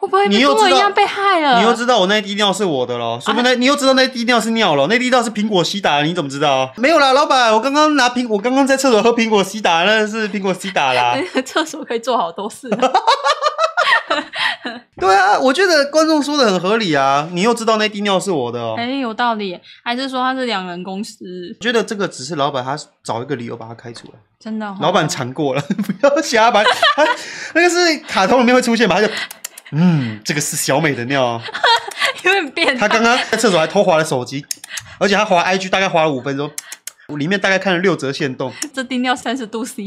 Speaker 2: 会不会
Speaker 1: 你
Speaker 2: 跟
Speaker 1: 又
Speaker 2: 我
Speaker 1: 知
Speaker 2: 一
Speaker 1: 道
Speaker 2: 样被害了？
Speaker 1: 你又知道我那滴尿是我的咯，说不
Speaker 2: 啊
Speaker 1: 定那你又知道那滴尿是尿了，那滴尿是苹果西打的，你怎么知道啊？没有啦，老板，我刚刚拿苹，我刚刚在厕所喝苹果西打，那是苹果西打啦。
Speaker 2: 厕所可以做好多事啊、
Speaker 1: 对啊，我觉得观众说的很合理啊，你又知道那滴尿是我的哦。
Speaker 2: 哎、有道理。还是说他是两人公司？
Speaker 1: 我觉得这个只是老板他找一个理由把他开除了，
Speaker 2: 真的哦、
Speaker 1: 老板尝过了， 不要瞎把他那个是卡通里面会出现吧？他就嗯，这个是小美的尿哦，
Speaker 2: 有点变
Speaker 1: 他
Speaker 2: 态。
Speaker 1: 刚刚在厕所还偷滑了手机，而且他滑 IG 大概滑了五分钟，我里面大概看了六折限动，
Speaker 2: 这滴尿三十度 C，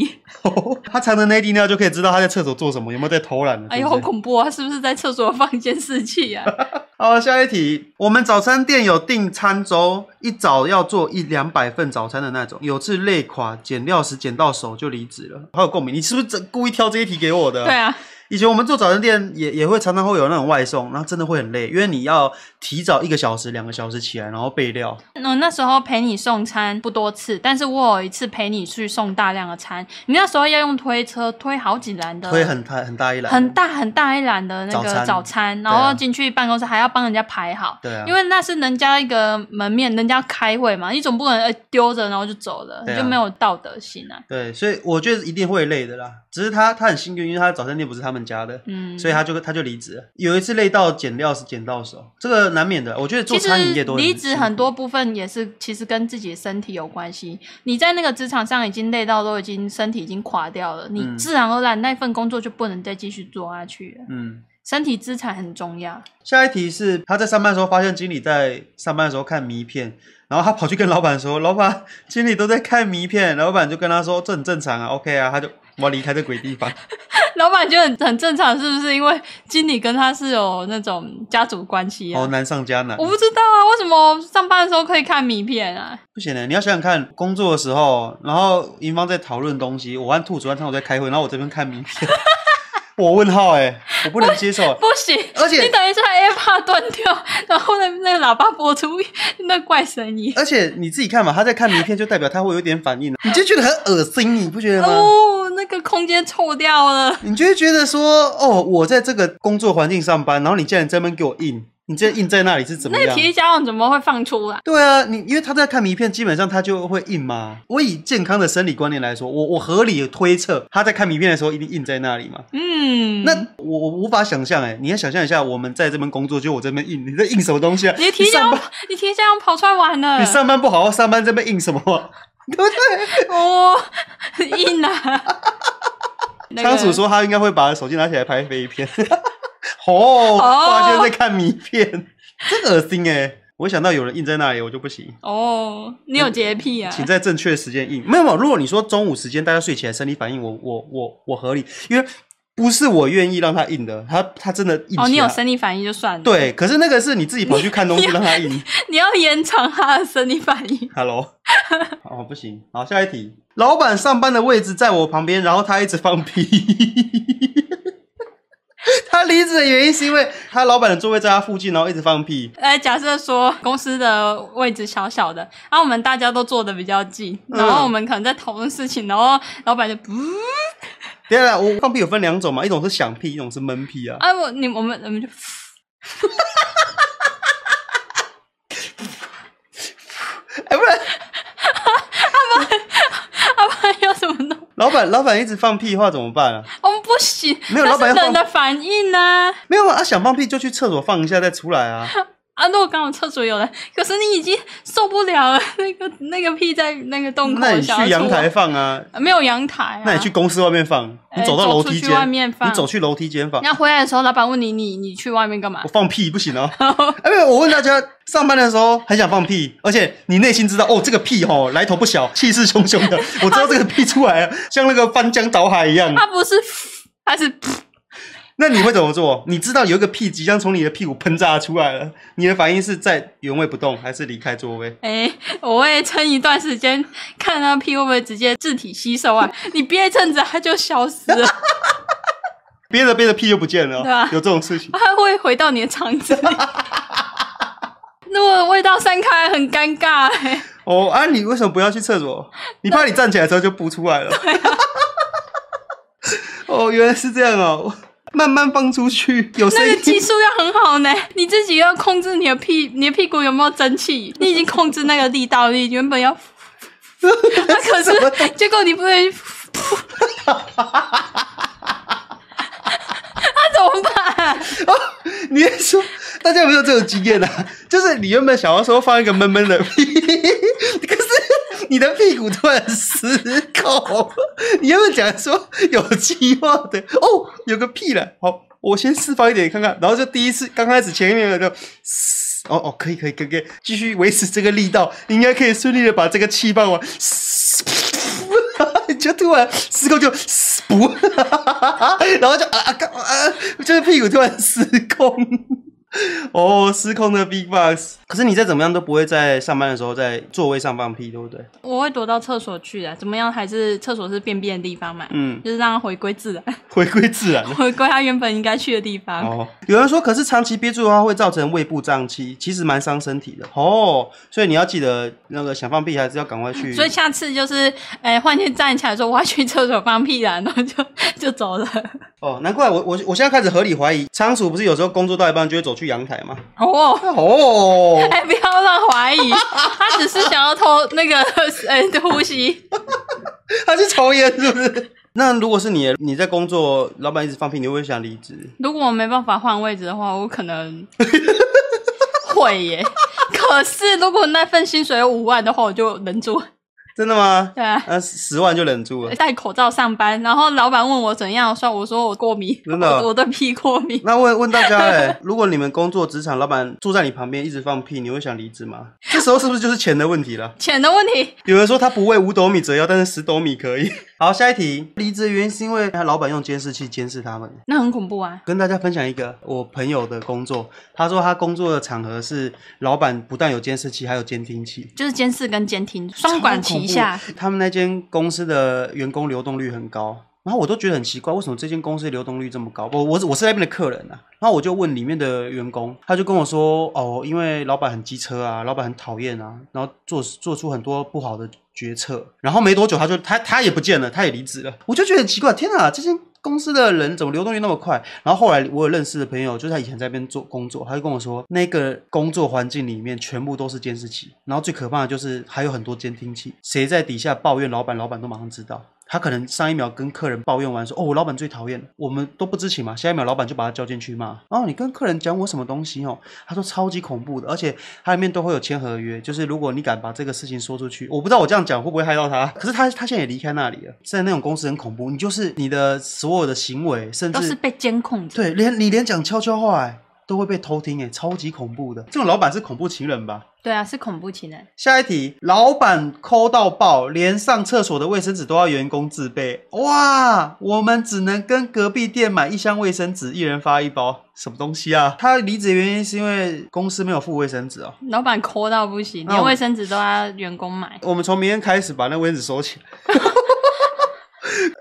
Speaker 1: 他尝的那滴尿就可以知道他在厕所做什么，有没有在偷懒了？
Speaker 2: 哎
Speaker 1: 对
Speaker 2: 呦，
Speaker 1: 不对
Speaker 2: 好恐怖啊！是不是在厕所放监视 器啊？
Speaker 1: 好，下一题，我们早餐店有订餐周，一早要做一两百份早餐的那种。有次累垮，减料时减到手就离职了，好有共鸣。你是不是真故意挑这一题给我的？
Speaker 2: 对啊。
Speaker 1: 以前我们做早餐店也也会常常会有那种外送，然后真的会很累，因为你要提早一个小时、两个小时起来，然后备料。
Speaker 2: 我那时候陪你送餐不多次，但是我有一次陪你去送大量的餐，你那时候要用推车推好几篮的，
Speaker 1: 推很大很大一篮，
Speaker 2: 嗯很大很大一篮的那
Speaker 1: 早
Speaker 2: 个
Speaker 1: 餐
Speaker 2: 早餐，
Speaker 1: 对
Speaker 2: 然
Speaker 1: 啊
Speaker 2: 后进去办公室还要帮人家排好，
Speaker 1: 对啊，
Speaker 2: 因为那是人家一个门面，人家开会嘛，你总不能呃丢着然后就走了，
Speaker 1: 对
Speaker 2: 你
Speaker 1: 啊
Speaker 2: 就没有道德心啊。
Speaker 1: 对，所以我觉得一定会累的啦。只是他他很幸运，因为他的早餐店不是他们家的，
Speaker 2: 嗯，
Speaker 1: 所以他就他就离职了。有一次累到捡料是捡到手，这个难免的。我觉得做
Speaker 2: 其实
Speaker 1: 餐饮业都
Speaker 2: 离
Speaker 1: 辛
Speaker 2: 职
Speaker 1: 苦
Speaker 2: 很多部分也是其实跟自己的身体有关系。你在那个职场上已经累到都已经身体已经垮掉了，你
Speaker 1: 嗯
Speaker 2: 自然而然那份工作就不能再继续做下去了。
Speaker 1: 嗯。
Speaker 2: 身体资产很重要，
Speaker 1: 下一题是他在上班的时候发现经理在上班的时候看迷片，然后他跑去跟老板说：“老板，经理都在看迷片。”老板就跟他说：“这很正常啊，OK 啊。”他就我要离开这鬼地方。
Speaker 2: 老板觉得很很正常，是不是？因为经理跟他是有那种家族关系啊。
Speaker 1: 好难上加难
Speaker 2: 我。不知道啊，为什么上班的时候可以看迷片啊？
Speaker 1: 不行欸的，你要想想看，工作的时候，然后银方在讨论东西，我和兔主和他我在开会，然后我这边看名片， 我问号哎、我不能接受。
Speaker 2: 不行，
Speaker 1: 而且
Speaker 2: 你等一下 AirPod 断掉，然后那那个喇叭播出那怪声音。
Speaker 1: 而且你自己看嘛，他在看名片，就代表他会有点反应，你就觉得很恶心，你不觉得吗？
Speaker 2: 哦，那个空间臭掉了。
Speaker 1: 你就会觉得说，哦，我在这个工作环境上班，然后你竟然在那边给我印，你这印在那里是怎么
Speaker 2: 那个
Speaker 1: 样？
Speaker 2: 体育家长怎么会放出来？
Speaker 1: 对啊，你因为他在看名片，基本上他就会印嘛。我以健康的生理观念来说，我我合理推测他在看名片的时候一定印在那里嘛。
Speaker 2: 嗯，
Speaker 1: 那我我无法想象哎、你要想象一下，我们在这边工作，就我这边印，你在印什么东西啊？
Speaker 2: 你体育家
Speaker 1: 上
Speaker 2: 长
Speaker 1: 班，，
Speaker 2: 你体育家长跑出来玩了
Speaker 1: 你，上班不好好上班，这边印什么 啊？对不对？
Speaker 2: 哦， 很硬啊。那 个
Speaker 1: 仓鼠说他应该会把手机拿起来拍飞 片。 哦，发现在看迷片，真恶心哎、我想到有人印在那里，我就不行。：“
Speaker 2: 哦，你有洁癖啊？”
Speaker 1: 请在正确的时间印。没有，没有如果你说中午时间大家睡起来，生理反应我我我我合理，因为不是我愿意让他印的，他他真的印起来。啊
Speaker 2: 哦，你有生理反应就算了。，
Speaker 1: 对，可是那个是你自己跑去看东西让他印。
Speaker 2: 你要延长他的生理反应。
Speaker 1: Hello，哦 不行，好下一题。老板上班的位置在我旁边，然后他一直放屁。 他离职的原因是因为他老板的座位在他附近，然后一直放屁。
Speaker 2: 呃，假设说公司的位置小小的，然、后我们大家都坐的比较近，
Speaker 1: 嗯
Speaker 2: 然后我们可能在讨论事情，然后老板就不、嗯
Speaker 1: 对啊，我放屁有分两种嘛，一种是响屁，一种是闷屁啊。
Speaker 2: 啊，我你我们我们就
Speaker 1: 哎，不然
Speaker 2: 老板有什么弄？
Speaker 1: 老板老板一直放屁的话怎么办啊？
Speaker 2: 我们不行，
Speaker 1: 没有
Speaker 2: 那
Speaker 1: 老板
Speaker 2: 是
Speaker 1: 要放
Speaker 2: 人的反应呢、啊。
Speaker 1: 没有啊，啊想放屁就去厕所放一下再出来啊。
Speaker 2: 啊，如果刚好厕所有人，可是你已经受不了 了，那个那个屁在那个洞口
Speaker 1: 那你
Speaker 2: 想要
Speaker 1: 去阳
Speaker 2: 出
Speaker 1: 台放啊，
Speaker 2: 啊没有阳台、啊，
Speaker 1: 那你去公司外面放，
Speaker 2: 哎
Speaker 1: 你走到楼
Speaker 2: 走
Speaker 1: 梯
Speaker 2: 出去
Speaker 1: 间，
Speaker 2: 外面放
Speaker 1: 你走去楼梯间放。
Speaker 2: 那回来的时候，老板问你，你你去外面干嘛
Speaker 1: 我？放屁不行 哦、哎，没有，我问大家，上班的时候很想放屁，而且你内心知道，哦，这个屁吼来头不小，气势汹汹的，我知道这个屁出来了， 像那个翻江倒海一样。
Speaker 2: 他不是，他是
Speaker 1: 那你会怎么做？你知道有一个屁即将从你的屁股喷炸出来了，你的反应是在原位不动，还是离开座位？
Speaker 2: 哎、我会撑一段时间，看那屁会不会直接自体吸 收啊？你憋一阵子，它就消失了，
Speaker 1: 憋着憋着屁就不见了哦，
Speaker 2: 对啊
Speaker 1: 有这种事情。
Speaker 2: 它会回到你的肠子 里。如果味道散开，很尴尬、欸。
Speaker 1: 哦啊，你为什么不要去厕所？你怕你站起来之后就不出来了。
Speaker 2: 啊
Speaker 1: 哦，原来是这样哦，慢慢放出去，有声
Speaker 2: 那
Speaker 1: 音
Speaker 2: 个。技术要很好呢， 你自己要控制你的屁，你的屁股有没有蒸汽？ 你已经控制那个力道，你原本要， 那啊可
Speaker 1: 什么
Speaker 2: 是结果你不能， 那怎么办？
Speaker 1: 哦，你也说，大家有没有这种经验啊？ 就是你原本想要说放一个闷闷的屁，可是你的屁股突然失控。你原本讲说有计划的，哦，有个屁了，好，我先释放一点看看，然后就第一次刚开始前面的就。嘶哦哦，可以可以可以可以，继续维持这个力道，应该可以顺利的把这个气放完。嘶 就突然失控就嘶不， 然后就啊啊干啊，就是屁股突然失控。 哦，失控的 Big Box。可是你再怎么样都不会在上班的时候在座位上放屁，对不对？
Speaker 2: 我会躲到厕所去的，怎么样？还是厕所是便便的地方嘛，
Speaker 1: 嗯，
Speaker 2: 就是让它回归自然，
Speaker 1: 回归自 然。
Speaker 2: 回归它原本应该去的地方。
Speaker 1: 哦，有人说，可是长期憋住的话会造成胃部胀气，其实蛮伤身体的哦。所以你要记得，那个想放屁还是要赶快去。
Speaker 2: 所以下次就是，哎、换天站起来说我要去厕所放屁啦，然后就就走了。
Speaker 1: 哦，难怪我我我现在开始合理怀疑，仓鼠不是有时候工作到一半就会走去阳台吗？
Speaker 2: 哦，
Speaker 1: 哦，
Speaker 2: 哎、不要乱怀疑，他哎只是想要偷那个呃、呼吸。
Speaker 1: 他去抽烟是不是？那如果是你，你在工作，老板一直放屁，你会不会想离职？
Speaker 2: 如果我没办法换位置的话，我可能会耶。可是如果那份薪水有五万的话，我就忍住。
Speaker 1: 真的吗？
Speaker 2: 对啊，
Speaker 1: 那十万就忍住了。
Speaker 2: 戴口罩上班，然后老板问我怎样，算我说我过敏，
Speaker 1: 真的啊
Speaker 2: 我我对屁过敏。
Speaker 1: 那问问大家、欸，哎，如果你们工作职场老板坐在你旁边一直放屁，你会想离职吗？这时候是不是就是钱的问题了？
Speaker 2: 钱的问题，
Speaker 1: 有人说他不为五斗米折腰，但是十斗米可以。好，下一题，离职的原因是因为他老板用监视器监视他们。
Speaker 2: 那很恐怖啊！
Speaker 1: 跟大家分享一个我朋友的工作，他说他工作的场合是老板不但有监视器，还有监听器，
Speaker 2: 就是监视跟监听双管齐
Speaker 1: 超，
Speaker 2: 下
Speaker 1: 恐怖。他们那间公司的员工流动率很高，然后我都觉得很奇怪，为什么这间公司流动率这么高？我我是我是那边的客人啊，然后我就问里面的员工，他就跟我说，哦，因为老板很机车啊，老板很讨厌啊，然后做做出很多不好的决策，然后没多久他就他他也不见了，他也离职了，我就觉得很奇怪，天啊，这间。公司的人怎么流动率那么快？然后后来我有认识的朋友，就是他以前在那边做工作，他就跟我说，那个工作环境里面全部都是监视器，然后最可怕的就是还有很多监听器，谁在底下抱怨老板，老板都马上知道。他可能上一秒跟客人抱怨完说：“哦，我老板最讨厌了，我们都不知情嘛。”下一秒老板就把他叫进去骂：“哦，你跟客人讲我什么东西哦？”他说超级恐怖的，而且它里面都会有签合约，就是如果你敢把这个事情说出去，我不知道我这样讲会不会害到他。可是他他现在也离开那里了，在那种公司很恐怖，你就是你的所有的行为，甚
Speaker 2: 都是
Speaker 1: 至
Speaker 2: 被监控着。
Speaker 1: 对连你连讲悄悄话、哎都会被偷听、哎，超级恐怖的。这种老板是恐怖情人吧？
Speaker 2: 对啊，是恐怖情人。
Speaker 1: 下一题，老板抠到爆，连上厕所的卫生纸都要员工自备。哇，我们只能跟隔壁店买一箱卫生纸，一人发一包，什么东西啊？他离职的原因是因为公司没有付卫生纸哦。
Speaker 2: 老板抠到不行，
Speaker 1: 那
Speaker 2: 连
Speaker 1: 我
Speaker 2: 卫生纸都要员工买。
Speaker 1: 我们从明天开始把那卫生纸收起来。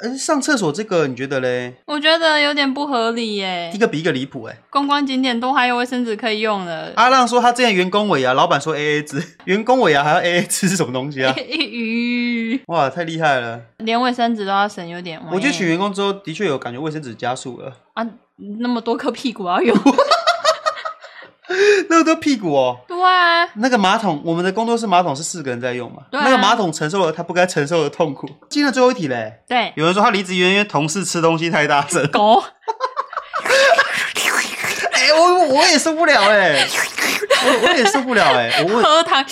Speaker 1: 呃 上厕所这个你觉得嘞？
Speaker 2: 我觉得有点不合理耶
Speaker 1: 一。个比一个离谱哎。
Speaker 2: 观光景点都还有卫生纸可以用了，？
Speaker 1: 阿浪说他之前员工尾牙，老板说 A A 制，员工尾牙还要 A A 制是什么东西啊
Speaker 2: 鱼
Speaker 1: 哇，太厉害了！
Speaker 2: 连卫生纸都要省，有点歪。
Speaker 1: 我去请员工之后，的确有感觉卫生纸加速了。
Speaker 2: 啊，那么多颗屁股要用。
Speaker 1: 那么多屁股哦。
Speaker 2: 对啊，
Speaker 1: 那个马桶，我们的工作室马桶是四个人在用嘛？
Speaker 2: 对啊
Speaker 1: 那个马桶承受了他不该承受的痛苦。今天的最后一题嘞，
Speaker 2: 对，。
Speaker 1: 有人说他离职原因为同事吃东西太大声
Speaker 2: 狗
Speaker 1: 哎、我我也受不了哎、 我我也受不了哎、我我
Speaker 2: 喝汤，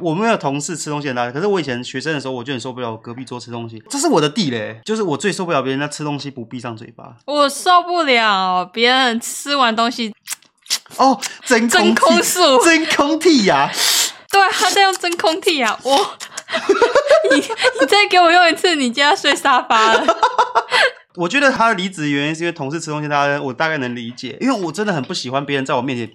Speaker 1: 我没有同事吃东西很大声，可是我以前学生的时候，我就很受不了我隔壁桌吃东西，这是我的地雷，就是我最受不了别人家吃东西不闭上嘴巴。
Speaker 2: 我受不了别人吃完东西
Speaker 1: 哦，真空
Speaker 2: 真空
Speaker 1: 空
Speaker 2: 术，
Speaker 1: 真空剔牙，
Speaker 2: 对啊，他在用真空体啊， 我。你你再给我用一次，你就要睡沙发 了。
Speaker 1: 我觉得他离职的原因是因为同事吃东西大家我大概能理解，因为我真的很不喜欢别人在我面前。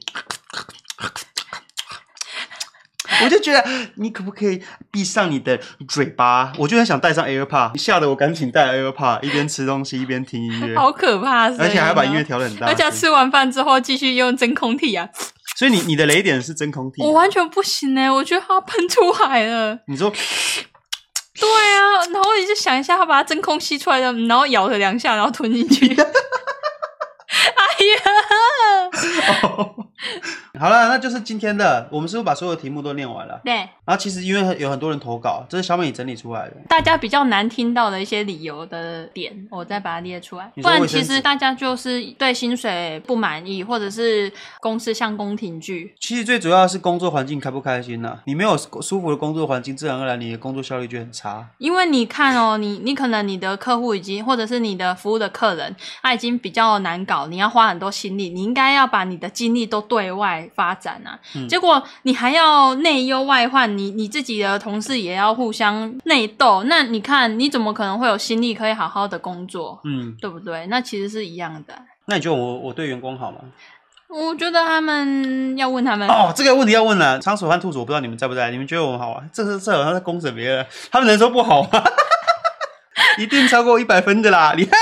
Speaker 1: 我就觉得 你可不可以闭上你的嘴巴？我就很想带上 AirPod，吓得我赶紧带 AirPod，一边吃东西一边听音乐，
Speaker 2: 好可怕的声音哦！
Speaker 1: 而且还把音乐调得很大
Speaker 2: 而且
Speaker 1: 声。
Speaker 2: 吃完饭之后继续用真空体啊，
Speaker 1: 所以你你的雷点是真空体
Speaker 2: 我，完全不行哎、我觉得它要喷出海了。
Speaker 1: 你说
Speaker 2: 对啊，然后你就想一下，他把它真空吸出来的，然后咬了两下，然后吞 进去。哎呀，
Speaker 1: 好了，那就是今天的，我们是不是把所有题目都念完了？
Speaker 2: 对，
Speaker 1: 然后其实因为有很多人投稿，这是小美你整理出来的。
Speaker 2: 大家比较难听到的一些理由的点，我再把它列出来。
Speaker 1: 你
Speaker 2: 不
Speaker 1: 说
Speaker 2: 然
Speaker 1: 卫生
Speaker 2: 其
Speaker 1: 纸
Speaker 2: 实大家就是对薪水不满意，或者是公司像宫廷剧。
Speaker 1: 其实最主要的是工作环境开不开心呐、啊你没有舒服的工作环境，自然而然你的工作效率就很差。
Speaker 2: 因为你看哦，你你可能你的客户已经，或者是你的服务的客人，他已经比较难搞，你要花很多心力，你应该要把你的精力都对外发展啊。
Speaker 1: 嗯
Speaker 2: 结果你还要内忧外患，你你自己的同事也要互相内斗，那你看你怎么可能会有心力可以好好的工作，
Speaker 1: 嗯，
Speaker 2: 对不对？那其实是一样的。
Speaker 1: 那你觉得我我对员工好吗？
Speaker 2: 我觉得他们要问他们，
Speaker 1: 哦，这个问题要问了、仓鼠和兔子，我不知道你们在不在，你们觉得我们好啊？这是这好像在公审别人，他们能说不好吗？ 一定超过一百分的啦！你看，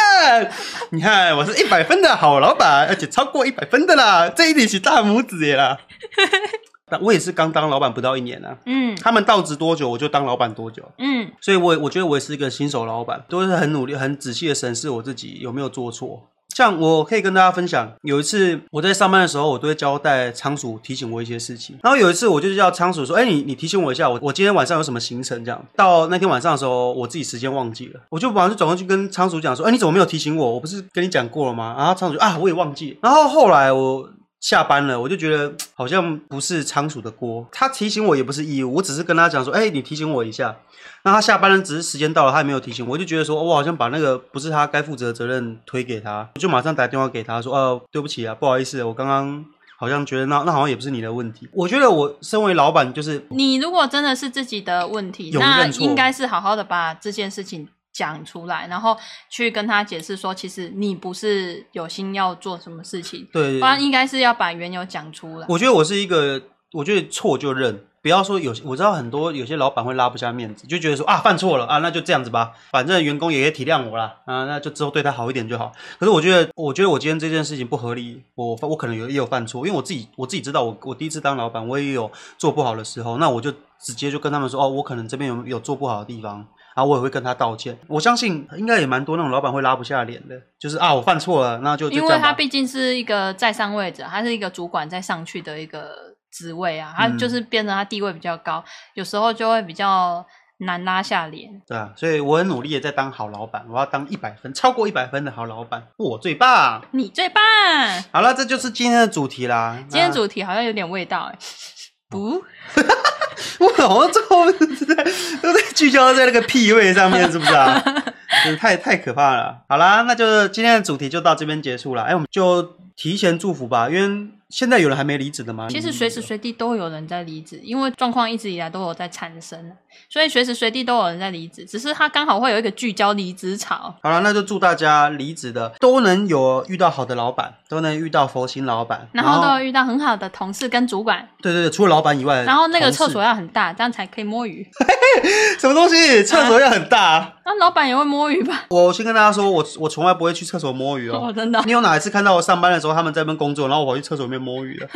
Speaker 1: 你看，我是一百分的好老板，而且超过一百分的啦，这一点是大拇指耶啦。那我也是刚当老板不到一年啊，
Speaker 2: 嗯
Speaker 1: 他们到职多久我就当老板多久。
Speaker 2: 嗯，
Speaker 1: 所以我，我觉得我也是一个新手老板，都是很努力、很仔细的审视我自己有没有做错。像我可以跟大家分享，有一次我在上班的时候，我都会交代仓鼠提醒我一些事情。然后有一次我就叫仓鼠说：“哎、你你提醒我一下，我我今天晚上有什么行程？”这样到那天晚上的时候，我自己时间忘记了，我就马上就转过去跟仓鼠讲说：“哎、你怎么没有提醒我？我不是跟你讲过了吗？”然后仓鼠就啊，我也忘记了。然后后来我下班了，我就觉得好像不是仓鼠的锅，他提醒我也不是义务，我只是跟他讲说，哎、你提醒我一下。那他下班了，只是时间到了，他也没有提醒我，我就觉得说，哦我好像把那个不是他该负责的责任推给他，我就马上打电话给他说，哦、对不起啊，不好意思，我刚刚好像觉得那那好像也不是你的问题。我觉得我身为老板，就是
Speaker 2: 你如果真的是自己的问题，
Speaker 1: 有
Speaker 2: 那
Speaker 1: 认错
Speaker 2: 应该是好好的把这件事情讲出来，然后去跟他解释说，其实你不是有心要做什么事情，
Speaker 1: 对
Speaker 2: 不，然应该是要把缘由讲出来。
Speaker 1: 我觉得我是一个，我觉得错就认，不要说有些我知道很多有些老板会拉不下面子，就觉得说啊犯错了啊，那就这样子吧，反正员工也可以体谅我啦啊，那就之后对他好一点就好。可是我觉得，我觉得我今天这件事情不合理，我我可能有也有犯错，因为我自己我自己知道我，我第一次当老板，我也有做不好的时候，那我就直接就跟他们说哦，我可能这边有有做不好的地方。然后我也会跟他道歉，我相信应该也蛮多那种老板会拉不下脸的，就是啊我犯错了，那就就
Speaker 2: 因
Speaker 1: 这
Speaker 2: 为
Speaker 1: 样吧
Speaker 2: 他毕竟是一个在上位者，他是一个主管再上去的一个职位啊，他
Speaker 1: 嗯
Speaker 2: 就是变得他地位比较高，有时候就会比较难拉下脸。
Speaker 1: 对啊，所以我很努力的在当好老板，我要当一百分，超过一百分的好老板，我最棒。
Speaker 2: 你最棒！
Speaker 1: 好了，这就是今天的主题啦。
Speaker 2: 今天主题好像有点味道、欸， 不，
Speaker 1: 那我好像最后都在都在聚焦在那个屁位上面，是不是 啊？真的太太可怕了。好啦，那就是今天的主题就到这边结束了。哎，我们就提前祝福吧，因为现在有人还没离职的嗯吗？
Speaker 2: 其实随时随地都有人在离职，因为状况一直以来都有在产生，啊所以随时随地都有人在离职，只是他刚好会有一个聚焦离职潮。
Speaker 1: 好了，那就祝大家离职的都能有遇到好的老板，都能遇到佛心老板，
Speaker 2: 然后都有遇到很好的同事跟主管，
Speaker 1: 对哦对对，除了老板以外，
Speaker 2: 然后那个
Speaker 1: 同
Speaker 2: 厕
Speaker 1: 事
Speaker 2: 所要很大，这样才可以摸鱼。
Speaker 1: 什么东西？厕所要很大啊、
Speaker 2: 那老板也会摸鱼吧？
Speaker 1: 我先跟大家说，我我从来不会去厕所摸 鱼
Speaker 2: 哦，
Speaker 1: 哦。
Speaker 2: 真的哦。
Speaker 1: 你有哪一次看到我上班的时候，他们在那边工作，然后我跑去厕所里面摸鱼的？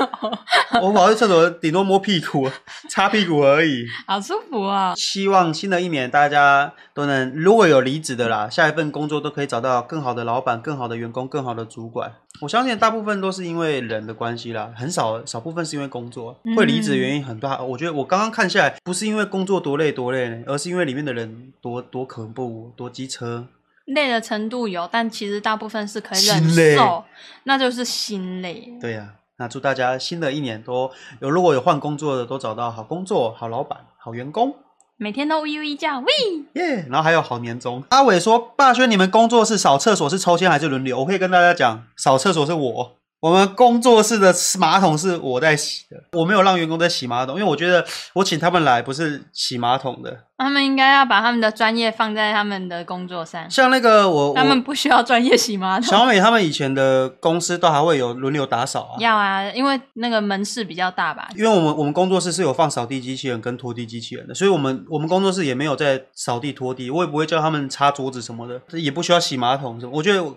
Speaker 1: 我跑去厕所顶多摸屁股，擦屁股而已。
Speaker 2: 好舒服啊、
Speaker 1: 希望新的一年大家都能，如果有离职的啦，下一份工作都可以找到更好的老板、更好的员工、更好的主管。我相信大部分都是因为人的关系啦，很少少部分是因为工作
Speaker 2: 嗯
Speaker 1: 会离职的原因很大。我觉得我刚刚看下来，不是因为工作多累多累呢，而是因为里面的人多多恐怖、多机车。
Speaker 2: 累的程度有，但其实大部分是可以
Speaker 1: 心累
Speaker 2: 忍受，那就是心累。
Speaker 1: 对呀、那祝大家新的一年都有，如果有换工作的，都找到好工作、好老板、好员工，
Speaker 2: 每天都呜呜一叫，喂，
Speaker 1: 耶、然后还有好年终。阿伟说：“霸轩，你们工作室扫厕所是抽签还是轮流？”我可以跟大家讲，扫厕所是我。我们工作室的马桶是我在洗的，我没有让员工在洗马桶，因为我觉得我请他们来不是洗马桶的。
Speaker 2: 他们应该要把他们的专业放在他们的工作上，
Speaker 1: 像那个我
Speaker 2: 他们
Speaker 1: 我
Speaker 2: 不需要专业洗马桶。
Speaker 1: 小美他们以前的公司都还会有轮流打扫啊，
Speaker 2: 要啊，因为那个门市比较大吧，
Speaker 1: 因为我们我们工作室是有放扫地机器人跟拖地机器人的，所以我们我们工作室也没有在扫地拖地，我也不会叫他们擦桌子什么的，也不需要洗马桶什么。我觉得我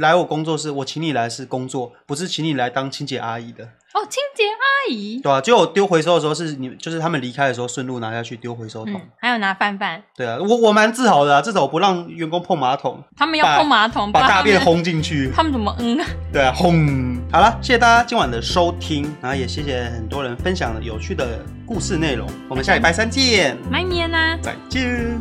Speaker 1: 来我工作室，我请你来是工作，不是请你来当清洁阿姨的，
Speaker 2: 哦，清洁阿姨，
Speaker 1: 对吧、啊？只有丢回收的时候是你，就是他们离开的时候顺路拿下去丢回收桶。
Speaker 2: 嗯，还有拿饭饭，
Speaker 1: 对啊，我我蛮自豪的啊，至少我不让员工碰马桶，
Speaker 2: 他们要
Speaker 1: 把
Speaker 2: 碰马桶，不
Speaker 1: 嗯把
Speaker 2: 然
Speaker 1: 大
Speaker 2: 他们
Speaker 1: 便，轰进去。
Speaker 2: 他们怎么嗯啊？
Speaker 1: 对啊，轰！好了，谢谢大家今晚的收听，然后也谢谢很多人分享有趣的故事内容。我们下礼拜三见，
Speaker 2: 买面啊。
Speaker 1: 再见。